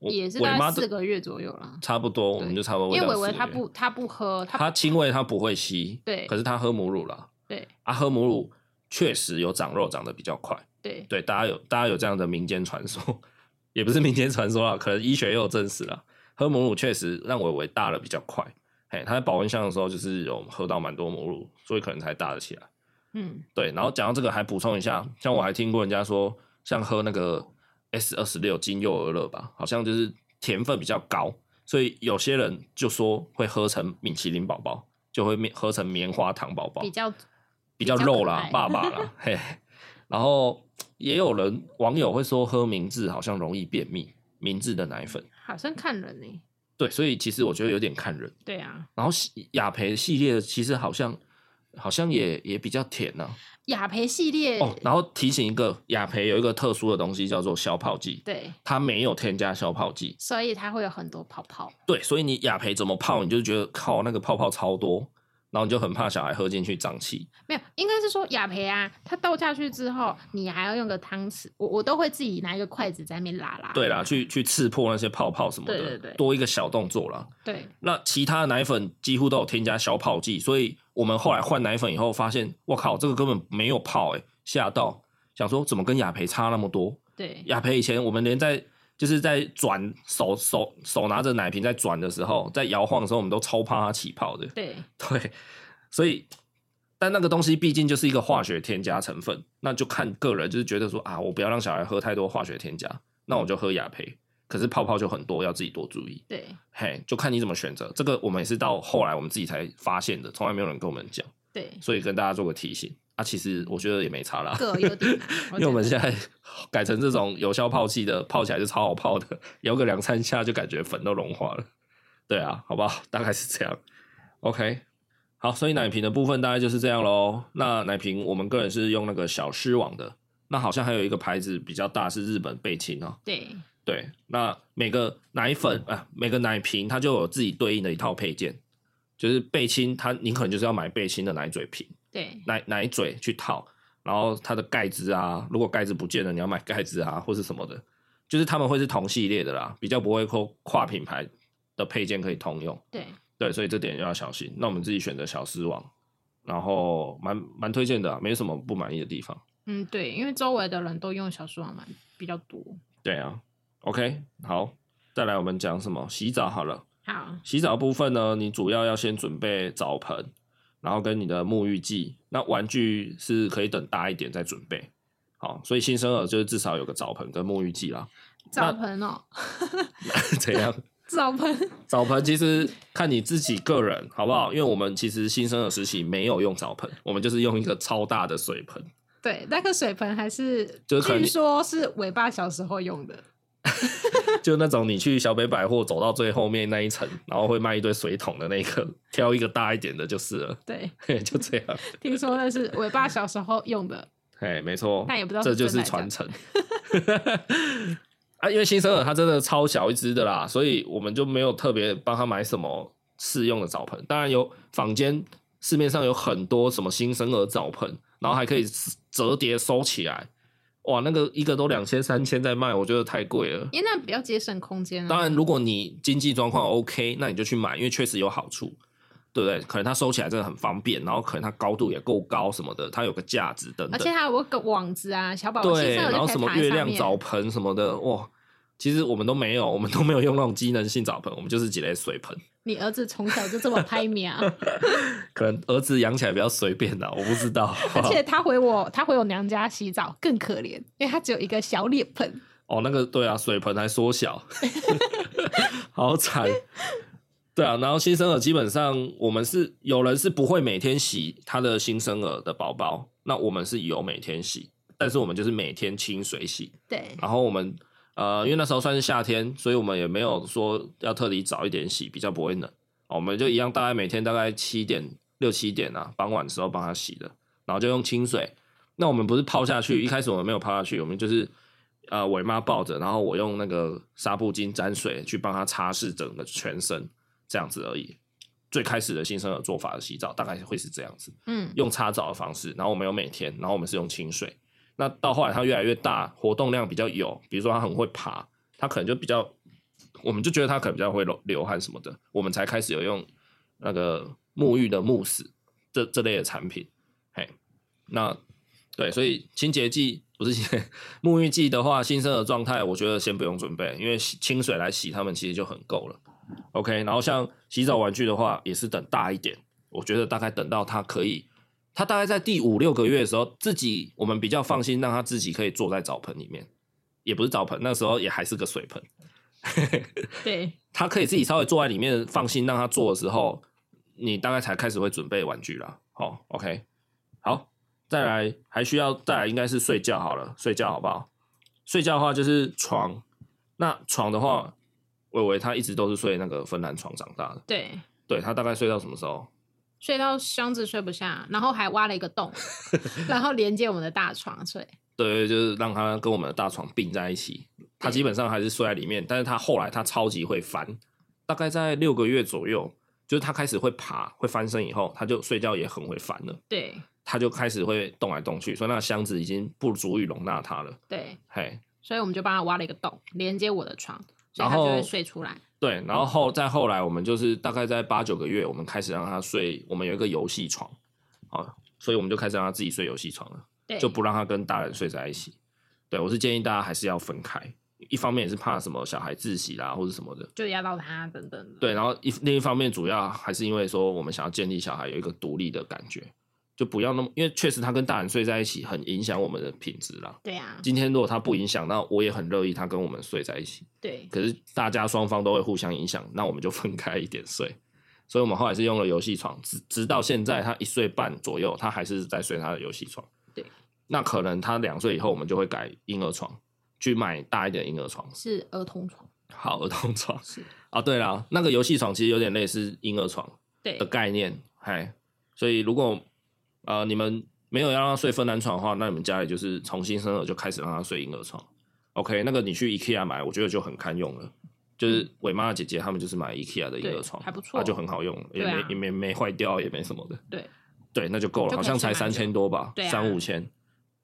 S1: 我
S2: 也是
S1: 伟
S2: 大
S1: 妈
S2: 概
S1: 的
S2: 四个月左右啦。
S1: 差不多，我
S2: 对
S1: 们就差不多喂
S2: 因为
S1: 到
S2: 伟
S1: 四个
S2: 伟
S1: 月。
S2: 他不他不喝，他
S1: 他亲喂他不会吸，
S2: 对
S1: 可是他喝母乳了
S2: 对
S1: 啊，喝母乳确实有长肉长得比较快。
S2: 对
S1: 对，大家有大家有这样的民间传说，也不是民间传说啦，可能医学也有证实啦。喝母乳确实让伟伟大了比较快，嘿，他在保温箱的时候就是有喝到蛮多母乳，所以可能才大了起来。
S2: 嗯，
S1: 对，然后讲到这个还补充一下，像我还听过人家说，像喝那个 S 二十六金幼儿乐吧，好像就是甜分比较高，所以有些人就说会喝成米其林宝宝，就会喝成棉花糖宝宝，
S2: 比较
S1: 比较
S2: 比较
S1: 肉
S2: 可
S1: 啦
S2: 爱，
S1: 爸爸啦，嘿。然后也有人网友会说喝明治好像容易便秘，明治的奶粉。
S2: 好像看人呢、
S1: 对，所以其实我觉得有点看人。
S2: 对啊，
S1: 然后喜雅培系列其实好像好像也也比较甜呢、
S2: 雅培系列，
S1: 哦，然后提醒一个，雅培有一个特殊的东西叫做消泡剂，
S2: 对，
S1: 它没有添加消泡剂。
S2: 所以它会有很多泡泡。
S1: 对，所以你雅培怎么泡，你就觉得靠那个泡泡超多，然后你就很怕小孩喝进去胀气。
S2: 没有，应该是说雅培啊，它倒下去之后，你还要用个汤匙，我我都会自己拿一个筷子在那边拉拉。
S1: 对啦，去去刺破那些泡泡什么的，
S2: 对对对
S1: 多一个小动作啦。
S2: 对
S1: 那其他的奶粉几乎都有添加小泡剂，所以我们后来换奶粉以后发现，我靠，这个根本没有泡诶、吓到，想说怎么跟雅培差那么多？
S2: 对
S1: 雅培以前我们连在就是在转手手手拿着奶瓶在转的时候，在摇晃的时候，我们都超怕它起泡的。 [laughs]
S2: 对
S1: 对，所以但那个东西毕竟就是一个化学添加成分，那就看个人，就是觉得说啊，我不要让小孩喝太多化学添加，那我就喝雅培。可是泡泡就很多，要自己多注意。
S2: 对
S1: 嘿，就看你怎么选择。这个我们也是到后来我们自己才发现的，从来没有人跟我们讲， [laughs]
S2: 对，
S1: 所以跟大家做个提醒。啊，其实我觉得也没差啦，。
S2: 各有点
S1: [laughs] 因为我们
S2: 觉
S1: 现
S2: 得
S1: 在改成这种有效泡器的，泡起来就超好泡的，摇个两三下就感觉粉都融化了。对啊，好不好？大概是这样。OK，好，所以奶瓶的部分大概就是这样喽。那奶瓶我们个人是用那个小狮网的，那好像还有一个牌子比较大是日本贝亲哦，
S2: 对
S1: 对，那每个奶粉啊，每个奶瓶它就有自己对应的一套配件，就是贝亲，它你可能就是要买贝亲的奶嘴瓶、
S2: 对
S1: 奶奶嘴去套，然后它的盖子啊，如果盖子不见了，你要买盖子啊，或是什么的，就是他们会是同系列的啦，比较不会说跨品牌的配件可以通用。
S2: 对
S1: 对，所以这点要小心。那我们自己选择小狮王，然后蛮蛮推荐的啊、没什么不满意的地方。
S2: 嗯对，因为周围的人都用小苏网蛮比较多。
S1: 对啊，OK，好，再来我们讲什么？洗澡好了。
S2: 好，
S1: 洗澡部分呢，你主要要先准备澡盆，然后跟你的沐浴剂。那玩具是可以等大一点再准备。好，所以新生儿就是至少有个澡盆跟沐浴剂啦。 [laughs]
S2: 澡盆哦，
S1: 怎样？
S2: 澡盆
S1: 澡盆其实看你自己个人好不好，因为我们其实新生儿时期没有用澡盆，我们就是用一个超大的水盆。
S2: 对，那个水盆还是
S1: 就是可能
S2: 据说是尾巴小时候用的。
S1: 就那种你去小北百货走到最后面那一层，然后会卖一堆水桶的那个，挑一个大一点的就是了， [laughs]
S2: 对，
S1: 嘿就这样。
S2: 听说那是尾巴小时候用的。
S1: 哎，没错，
S2: 但也不知道是
S1: 这就
S2: 真
S1: 是
S2: 的还
S1: 传
S2: 是
S1: 承。 [laughs] 啊，因为新生儿他真的超小一只的啦，所以我们就没有特别帮他买什么适用的澡盆。当然有坊间市面上有很多什么新生儿澡盆，然后还可以折叠收起来，哇，那个一个都两千三千在卖，我觉得太贵了。
S2: 因为那比较节省空间啊。
S1: 当然，如果你经济状况 OK，那你就去买，因为确实有好处。对不对？可能它收起来真的很方便，然后可能它高度也够高什么的，它有个架子等
S2: 而且
S1: 等。
S2: 还有我个网子啊，小宝宝
S1: 对，
S2: 新生儿
S1: 然
S2: 就
S1: 后
S2: 可以
S1: 什
S2: 爬
S1: 么
S2: 在
S1: 月
S2: 上
S1: 亮
S2: 面
S1: 澡盆什么的，哇！其实我们都没有，我们都没有用那种机能性澡盆，我们就是几类水盆。
S2: 你儿子从小就这
S1: [laughs]
S2: 么拍啊苗，
S1: 可能儿子养起来比较随便啦，我不知道。
S2: [laughs] 而且他回我，他回我娘家洗澡更可怜，因为他只有一个小脸盆。
S1: 哦，那个对啊，水盆还缩
S2: [laughs]
S1: 小，好惨。对啊，然后新生儿基本上我们是有人是不会每天洗他的新生儿的宝宝，那我们是有每天洗，但是我们就是每天清水洗。
S2: 对，
S1: 然后我们呃，因为那时候算是夏天，所以我们也没有说要特地早一点洗，比较不会冷。哦我们就一样，大概每天大概七点六七点啊，傍晚的时候帮他洗的，然后就用清水。那我们不是泡下去，一开始我们没有泡下去，我们就是呃伟妈抱着，然后我用那个纱布巾沾水去帮他擦拭整个全身，这样子而已。最开始的新生儿做法的洗澡大概会是这样子。
S2: 嗯，
S1: 用擦澡的方式，然后我们有每天，然后我们是用清水。那到后来它越来越大，活动量比较有，比如说它很会爬，它可能就比较，我们就觉得它可能比较会流流汗什么的，我们才开始有用那个沐浴的慕斯这这类的产品。嘿，那对，所以清洁剂不是清 [laughs] 洁沐浴剂的话，新生儿状态我觉得先不用准备，因为洗清水来洗它们其实就很够了。OK，然后像洗澡玩具的话，也是等大一点，我觉得大概等到它可以，它大概在第五六个月的时候，自己我们比较放心，让它自己可以坐在澡盆里面，也不是澡盆，那时候也还是个水盆，
S2: 对，
S1: 它可以自己稍微坐在里面，放心让它坐的时候，你大概才开始会准备玩具啦。好、o k 好，再来还需要再来应该是睡觉好了，睡觉好不好？睡觉的话就是床，那床的话，伟伟他一直都是睡那个芬兰床长大的。
S2: 对，
S1: 对他大概睡到什么时候？
S2: 睡到箱子睡不下，然后还挖了一个
S1: [laughs]
S2: 洞，然后连接我们的大床睡。
S1: 对，就是让他跟我们的大床并在一起。他基本上还是睡在里面，但是他后来他超级会翻，大概在六个月左右，就是他开始会爬、会翻身以后，他就睡觉也很会翻了，
S2: 对
S1: 他就开始会动来动去，所以那个箱子已经不足以容纳他了。
S2: 对，
S1: 嘿，
S2: 所以我们就帮他挖了一个洞，连接我的床，所以他
S1: 然
S2: 就
S1: 后
S2: 会睡出来。
S1: 对，然后后再后来，我们就是大概在八九个月，我们开始让他睡，我们有一个游戏床，啊，所以我们就开始让他自己睡游戏床了。
S2: 对，
S1: 就不让他跟大人睡在一起。对我是建议大家还是要分开，一方面也是怕什么小孩窒息啦或者什么的。
S2: 就压到他等等的。
S1: 对，然后一另一方面主要还是因为说我们想要建立小孩有一个独立的感觉，就不要那么，因为确实他跟大人睡在一起很影响我们的品质啦。
S2: 对啊，
S1: 今天如果他不影响，那我也很乐意他跟我们睡在一起。
S2: 对
S1: 可是大家双方都会互相影响，那我们就分开一点睡。所以我们后来是用了游戏床，直直到现在他一岁半左右，他还是在睡他的游戏床。
S2: 对，
S1: 那可能他两岁以后，我们就会改婴儿床，去买大一点的婴儿床，
S2: 是儿童床，
S1: 好儿童床
S2: 是
S1: 啊。对啦，那个游戏床其实有点类似婴儿床
S2: 对
S1: 的概念，嗨。所以如果呃你们没有要让他睡芬兰床的话，那你们家里就是从新生儿就开始让他睡婴儿床。OK，那个你去 IKEA 买，我觉得就很堪用了。就是伟妈的姐姐她们就是买 IKEA 的婴
S2: 嗯对
S1: 儿床，
S2: 还不错
S1: 啊就很好用，也
S2: 对
S1: 没、
S2: 啊
S1: 也没没坏掉，也没什么的。
S2: 对
S1: 对，那就够了，
S2: 就
S1: 好
S2: 可以
S1: 像
S2: 睡
S1: 才
S2: 蛮
S1: 三
S2: 久
S1: 千多吧，
S2: 对啊
S1: 三五千，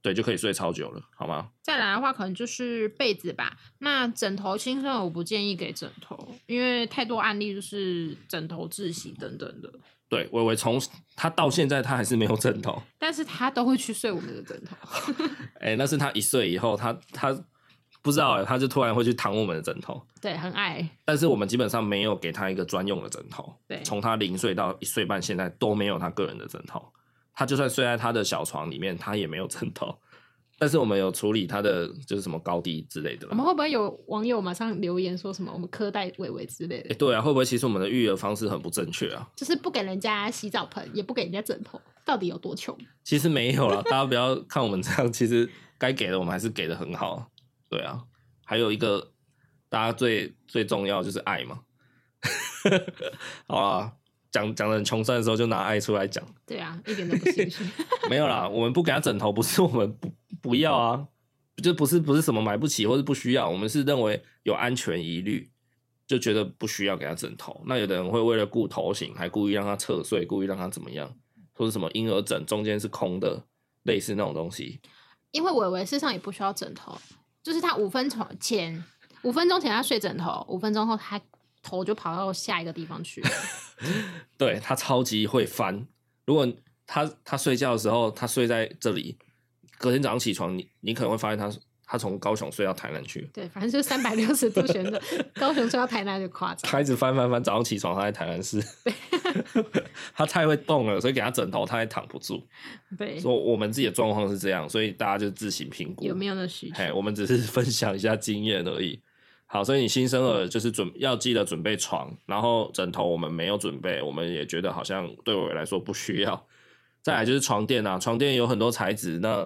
S1: 对，就可以睡超久了，好吗？
S2: 再来的话，可能就是被子吧。那枕头新生儿我不建议给枕头，因为太多案例就是枕头窒息等等的。
S1: 对，伟伟从他到现在他还是没有枕头，
S2: 但是他都会去睡我们的枕头， [laughs]
S1: 哎、那是他一岁以后，他他不知道欸，他就突然会去躺我们的枕头，
S2: 对，很爱，
S1: 但是我们基本上没有给他一个专用的枕头，
S2: 对
S1: 从他零岁到一岁半，现在都没有他个人的枕头，他就算睡在他的小床里面，他也没有枕头， [laughs] 但是我们有处理他的就是什么高低之类的啦
S2: 我们会不会有网友马上留言说什么我们苛待伟伟之类
S1: 哎、
S2: 的，
S1: 对啊，会不会其实我们的育儿方式很不正确啊？
S2: 就是不给人家洗澡盆，也不给人家枕头，到底有多穷？
S1: 其实没有 [laughs] 了，大家不要看我们这样，其实该给的我们还是给的很好。对啊，还有一个大家最最重要就是爱嘛。 [laughs] 好啊，讲讲的很穷酸的时候就拿爱出来讲，
S2: 对啊，一点都不心虚。 [laughs]
S1: 没有啦，我们不给他枕头，不是我们不不要啊，就不是不是什么买不起或是不需要，我们是认为有安全疑虑，就觉得不需要给他枕头。那有的人会为了顾头型，还故意让他侧睡，故意让他怎么样，或者什么婴儿枕中间是空的，类似那种东西。
S2: 因为伟伟身上也不需要枕头，就是他五分钟前五分钟前他睡枕头，五分钟后他头就跑到下一个地方去了。 [laughs]
S1: 对他超级会翻。如果他他睡觉的时候，他睡在这里，隔天早上起床，你你可能会发现他他从高雄睡到台南去，
S2: 对，反正就三百六十度旋转，高雄睡到台南就夸张。
S1: 他一直翻翻翻，早上起床他在台南市， [laughs] 他太会动了，所以给他枕头他也躺不住。
S2: 对，
S1: 所以我们自己的状况是这样，所以大家就自行评估
S2: 有没有那需求？
S1: 嘿，我们只是分享一下经验而已。好，所以你新生儿就是准要记得准备床，然后枕头我们没有准备，我们也觉得好像对我来说不需
S2: [laughs]
S1: 要。再来就是床垫啊，床垫有很多材质，那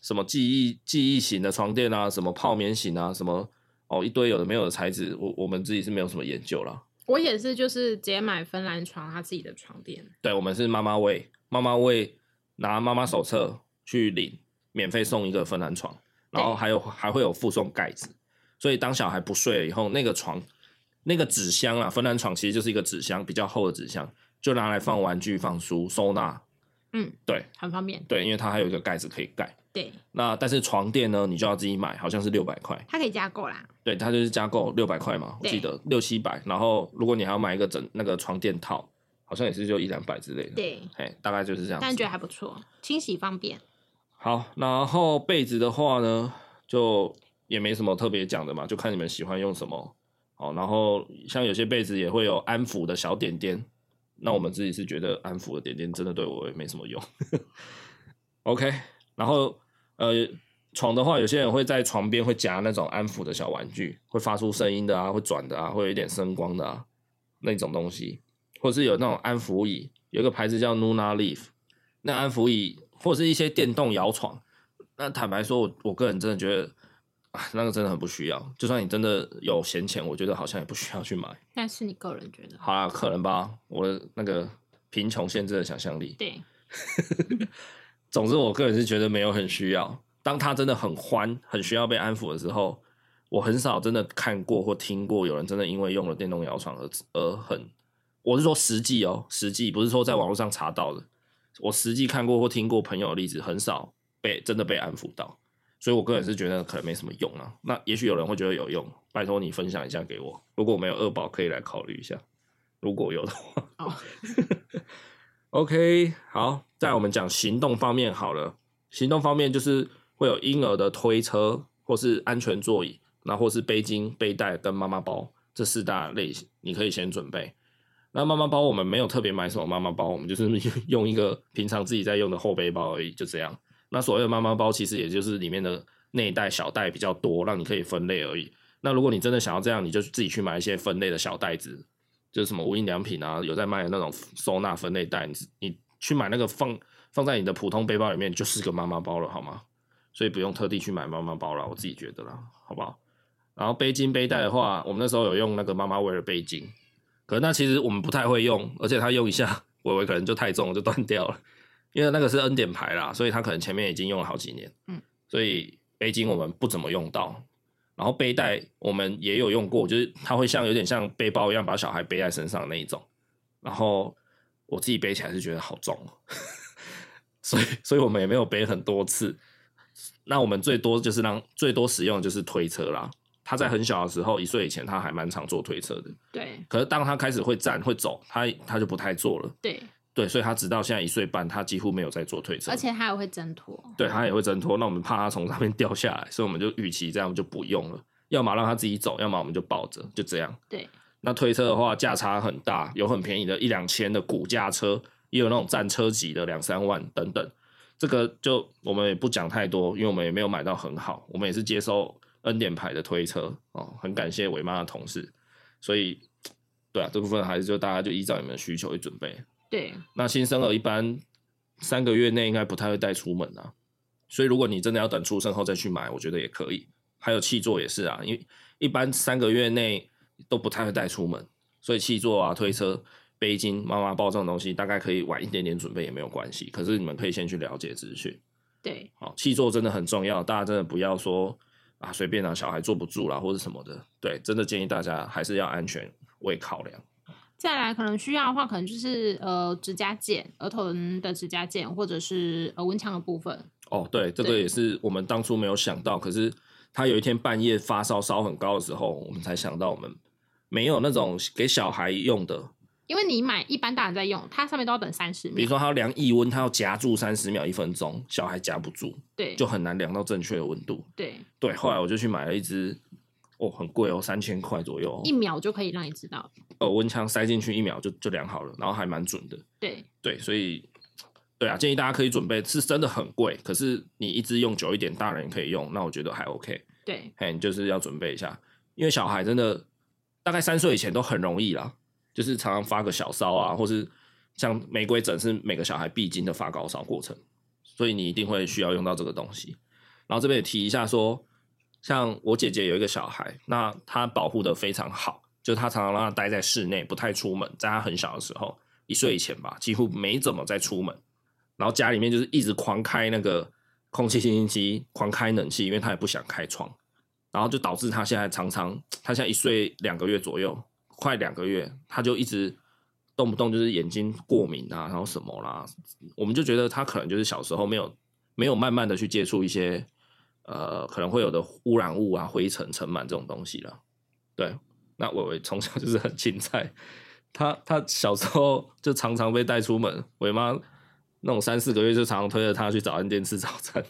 S1: 什么记忆记忆型的床垫啊，什么泡棉型啊，什么哦一堆有的没有的材质，我我们自己是没有什么研究啦。
S2: 我也是，就是直接买芬兰床，他自己的床垫。
S1: 对，我们是妈妈位，妈妈位拿妈妈手册去领，免费送一个芬兰床，然后还有还会有附送盖子，所以当小孩不睡了以后，那个床那个纸箱啊，芬兰床其实就是一个纸箱，比较厚的纸箱，就拿来放玩具、放书、收纳。
S2: 嗯，
S1: 对
S2: 很方便。
S1: 对，因为它还有一个盖子可以盖。
S2: 对，
S1: 那但是床垫呢，你就要自己买，好像是六百块，
S2: 它可以加购啦。
S1: 对，它就是加购六百块嘛，我
S2: 对
S1: 记得六七百。然后如果你还要买一个整那个床垫套，好像也是就一两百之类的，
S2: 对，
S1: 哎，大概就是这样子。
S2: 但觉得还不错，清洗方便。
S1: 好，然后被子的话呢，就也没什么特别讲的嘛，就看你们喜欢用什么。哦，然后像有些被子也会有安抚的小点点，那我们自己是觉得安抚的点点真的对我也没什么用。OK，然后呃，床的话，有些人会在床边会夹那种安抚的小玩具，会发出声音的啊，会转的啊，会有一点声光的啊，那种东西，或是有那种安抚椅，有一个牌子叫 Nuna Leaf，那安抚椅或是一些电动摇床，那坦白说，我我个人真的觉得。啊，那个真的很不需要。就算你真的有闲钱，我觉得好像也不需要去买。
S2: 但是你个人觉得？
S1: 好啦，可能吧，我的那个贫穷限制了想象力。
S2: 对，
S1: 总之，我个人是觉得没有很需要。当他真的很欢、很需要被安抚的时候，我很少真的看过或听过有人真的因为用了电动摇床而而很，我是说实际哦，实际不是说在网络上查到的，我实际看过或听过朋友的例子，很少被真的被安抚到。所以我个人是觉得可能没什么用啊。那也许有人会觉得有用，拜托你分享一下给我。如果我没有二宝，可以来考虑一下。如果有的话，
S2: 哦，
S1: OK，好，在我们讲行动方面好了。行动方面就是会有婴儿的推车，或是安全座椅，那或是背巾、背带跟妈妈包这四大类型，你可以先准备。那妈妈包我们没有特别买什么妈妈包，我们就是用一个平常自己在用的后背包而已，就这样。那所谓的妈妈包，其实也就是里面的内袋、小袋比较多，让你可以分类而已。那如果你真的想要这样，你就自己去买一些分类的小袋子，就是什么无印良品啊，有在卖的那种收纳分类袋，你你去买那个放放在你的普通背包里面，就是个妈妈包了，好吗？所以不用特地去买妈妈包了，我自己觉得啦，好不好？然后背巾背带的话，我们那时候有用那个妈妈威尔背巾，可是那其实我们不太会用，而且它用一下，伟伟可能就太重了就断掉了，因为那个是恩典牌啦，所以它可能前面已经用了好几年，
S2: 嗯，
S1: 所以背巾我们不怎么用到，然后背带我们也有用过，就是它会像有点像背包一样把小孩背在身上那一种。然后我自己背起来是觉得好重、哦，所以所以我们也没有背很多次。那我们最多就是让最多使用的就是推车啦。他在很小的时候，一岁以前，他还蛮常坐推车的。
S2: 对
S1: 可是当他开始会站会走，他他就不太坐了。
S2: 对，
S1: 对，所以他直到现在一岁半，他几乎没有在坐推车。
S2: 而且它也会挣脱。
S1: 对他也会挣脱。那我们怕他从上面掉下来，所以我们就与其这样，我们就不用了。要么让他自己走，要么我们就抱着，就这样。
S2: 对，
S1: 那推车的话，价差很大，有很便宜的一两千的骨架车，也有那种战车级的两三万等等。这个就我们也不讲太多，因为我们也没有买到很好，我们也是接收恩典牌的推车哦，很感谢伟妈的同事，所以对啊，这部分还是就大家就依照你们的需求去准备。
S2: 对，
S1: 那新生儿一般三个月内应该不太会带出门啊，所以如果你真的要等出生后再去买，我觉得也可以。还有气座也是啊，因为一般三个月内都不太会带出门，所以气座啊、推车、背巾、妈妈包这种东西，大概可以晚一点点准备也没有关系。可是你们可以先去了解资讯。
S2: 对，
S1: 好，气座真的很重要，大家真的不要说啊随便拿、小孩坐不住啦或者什么的。对，真的建议大家还是要安全为考量。
S2: 再来可能需要的话，可能就是呃指甲剪，儿童的指甲剪，或者是呃文强的部分。
S1: 哦，对，这个
S2: 对
S1: 也是我们当初没有想到，可是他有一天半夜发烧烧很高的时候，我们才想到我们没有那种给小孩用的，
S2: 因为你买一般大人在用，它上面都要等三十
S1: 比如
S2: 秒。
S1: 说他要量腋温，他要夹住三十秒一分钟，小孩夹不住，
S2: 对，
S1: 就很难量到正确的温度。
S2: 对，
S1: 对，后来我就去买了一只，哦，很贵哦，三千块左右哦、
S2: 一秒就可以让你知道。
S1: 呃，温枪塞进去一秒就就量好了，然后还蛮准的。
S2: 对，
S1: 对，所以对啊，建议大家可以准备，是真的很贵，可是你一支用久一点，大人也可以用，那我觉得还 OK。
S2: 对，
S1: 嘿，你就是要准备一下，因为小孩真的大概三岁以前都很容易啦，就是常常发个小烧啊，或是像玫瑰疹是每个小孩必经的发高烧过程，所以你一定会需要用到这个东西。然后这边也提一下说，像我姐姐有一个小孩，那她保护的非常好，就她常常让她待在室内，不太出门，在她很小的时候，一岁以前吧，几乎没怎么再出门，然后家里面就是一直狂开那个空气清新机，狂开冷气，因为她也不想开窗。然后就导致他现在常常，他现在一岁两个月左右，快两个月，他就一直动不动就是眼睛过敏啊，然后什么啦，我们就觉得他可能就是小时候没有没有慢慢的去接触一些呃可能会有的污染物啊、灰尘、尘螨这种东西了。对，那伟伟从小就是很勤菜，他他小时候就常常被带出门，伟妈那种三四个月就常常推着他去早餐店吃早餐。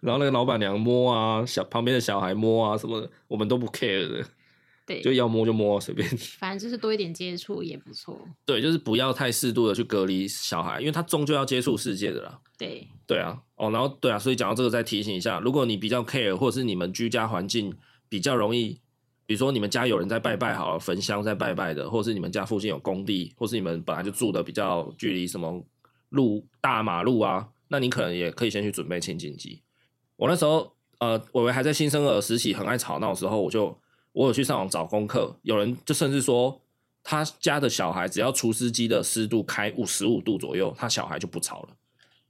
S1: 然后那个老板娘摸啊，小旁边的小孩摸啊什么的，我们都不 care 的，
S2: 对，
S1: 就要摸就摸，随便。
S2: 反正就是多一点接触也不错。
S1: 对，就是不要太适度的去隔离小孩，因为他终究要接触世界的啦。
S2: 对，
S1: 对啊，哦，然后对啊，所以讲到这个再提醒一下，如果你比较 care，或者是你们居家环境比较容易，比如说你们家有人在拜拜好了，焚香在拜拜的，或者是你们家附近有工地，或是你们本来就住的比较距离什么路大马路啊，那你可能也可以先去准备清净机。我那时候呃，伟伟还在新生儿时期很爱吵闹的时候，我就我有去上网找功课，有人就甚至说。他家的小孩只要除湿机的湿度开五十五度左右，他小孩就不吵了。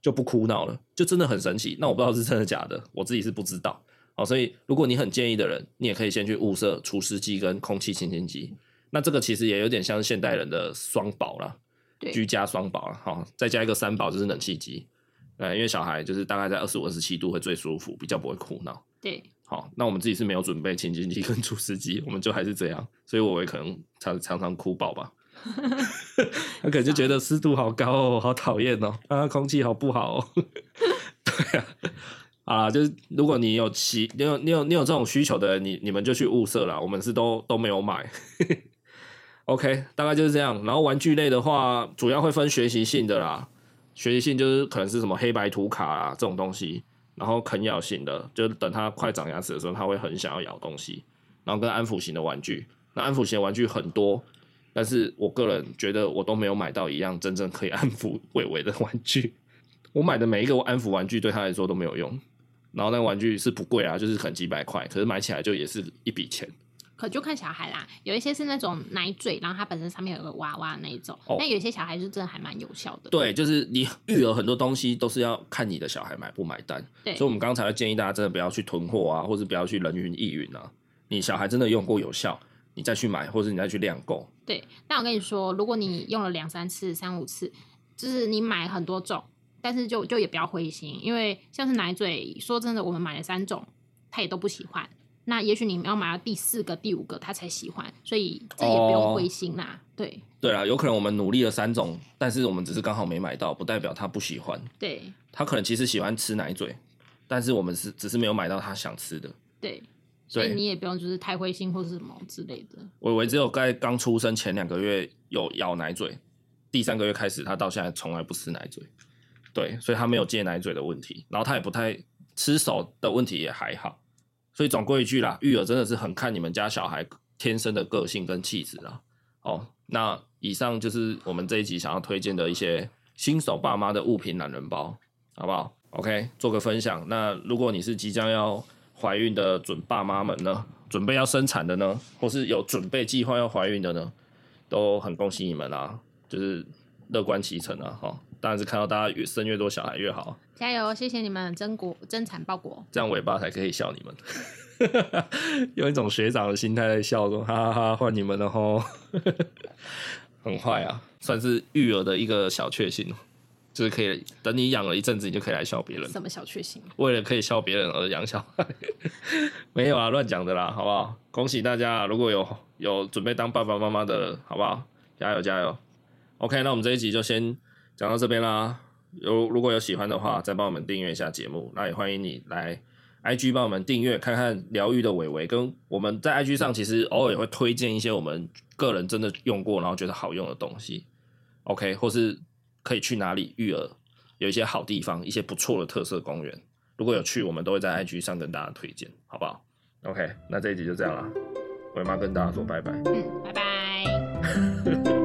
S1: 就不哭闹了，就真的很神奇。那我不知道是真的假的，我自己是不知道。好，所以如果你很介意的人，你也可以先去物色除湿机跟空气清新机。那这个其实也有点像是现代人的双宝啦，
S2: 对
S1: 居家双宝啦。好，再加一个三宝就是冷气机，呃，因为小孩就是大概在二十五、二十七度会最舒服，比较不会哭闹。
S2: 对，
S1: 好，那我们自己是没有准备清新机跟除湿机，我们就还是这样，所以我也可能常常常哭爆吧。他可能就觉得湿度好高哦，好讨厌哦，啊，空气好不好哦？ [laughs] 对啊，啊，就是如果你有其你有你有你有这种需求的人，你你们就去物色啦，我们是都都没有买。OK，大概就是这样。然后玩具类的话，主要会分学习性的啦，学习性就是可能是什么黑白图卡啊这种东西，然后啃咬型的，就是等它快长牙齿的时候，它会很想要咬东西，然后跟安抚型的玩具。那安抚型的玩具很多，但是我个人觉得我都没有买到一样真正可以安抚伟伟的玩具。 [laughs] 我买的每一个安抚玩具对他来说都没有用，然后那个玩具是不贵啊，就是可能几百块，可是买起来就也是一笔钱。
S2: 可就看小孩啦。有一些是那种奶嘴，然后它本身上面有个娃娃那一种，
S1: 哦
S2: 但有些小孩是真的还蛮有效的。
S1: 对，就是你育儿很多东西都是要看你的小孩买不买单，
S2: 对
S1: 所以我们刚才建议大家真的不要去囤货啊，或是不要去人云亦云啊。你小孩真的用过有效，你再去买，或是你再去量购。
S2: 对，但我跟你说，如果你用了两三次、三五次，就是你买很多种，但是就就也不要灰心，因为像是奶嘴，说真的，我们买了三种，他也都不喜欢。那也许你要买到第四个、第五个，他才喜欢，所以这也不
S1: 哦
S2: 用灰心啦。对
S1: 对啊，有可能我们努力了三种，但是我们只是刚好没买到，不代表他不喜欢。
S2: 对
S1: 他可能其实喜欢吃奶嘴，但是我们是只是没有买到他想吃的。
S2: 对，所
S1: 对
S2: 以你也不用就是太灰心或是什么之类的。
S1: 伟伟只有在刚出生前两个月有咬奶嘴，第三个月开始他到现在从来不吃奶嘴，对，所以他没有戒奶嘴的问题，然后他也不太吃手的问题也还好，所以总归一句啦，育儿真的是很看你们家小孩天生的个性跟气质啦。哦，那以上就是我们这一集想要推荐的一些新手爸妈的物品懒人包，好不好？OK，做个分享。那如果你是即将要怀孕的准爸妈们呢，准备要生产的呢，或是有准备计划要怀孕的呢，都很恭喜你们啊，就是乐观其成啊，哈、当然是看到大家越生越多小孩越好，
S2: 加油！谢谢你们真果真产报国。
S1: 这样尾巴才可以笑你们。 [laughs] 有一种学长的心态在笑说：“哈哈哈，换你们了 [laughs] 吼，很坏啊，算是育儿的一个小确幸哦。就是可以等你养了一阵子，你就可以来笑别人。
S2: 什么小确幸？
S1: 为了可以笑别人而养小孩， [laughs] 没有啊，乱讲的啦，好不好？恭喜大家啊，如果有有准备当爸爸妈妈的，好不好？加油加油！OK，那我们这一集就先讲到这边啦。有如果有喜欢的话，再帮我们订阅一下节目，那也欢迎你来 IG 帮我们订阅，看看疗愈的伟伟跟我们在 IG 上其实偶尔也会推荐一些我们个人真的用过然后觉得好用的东西。OK，或是可以去哪里育儿，有一些好地方，一些不错的特色公园。如果有去，我们都会在 IG 上跟大家推荐，好不好？OK，那这一集就这样啦，我妈跟大家说拜拜。
S2: 嗯，拜拜。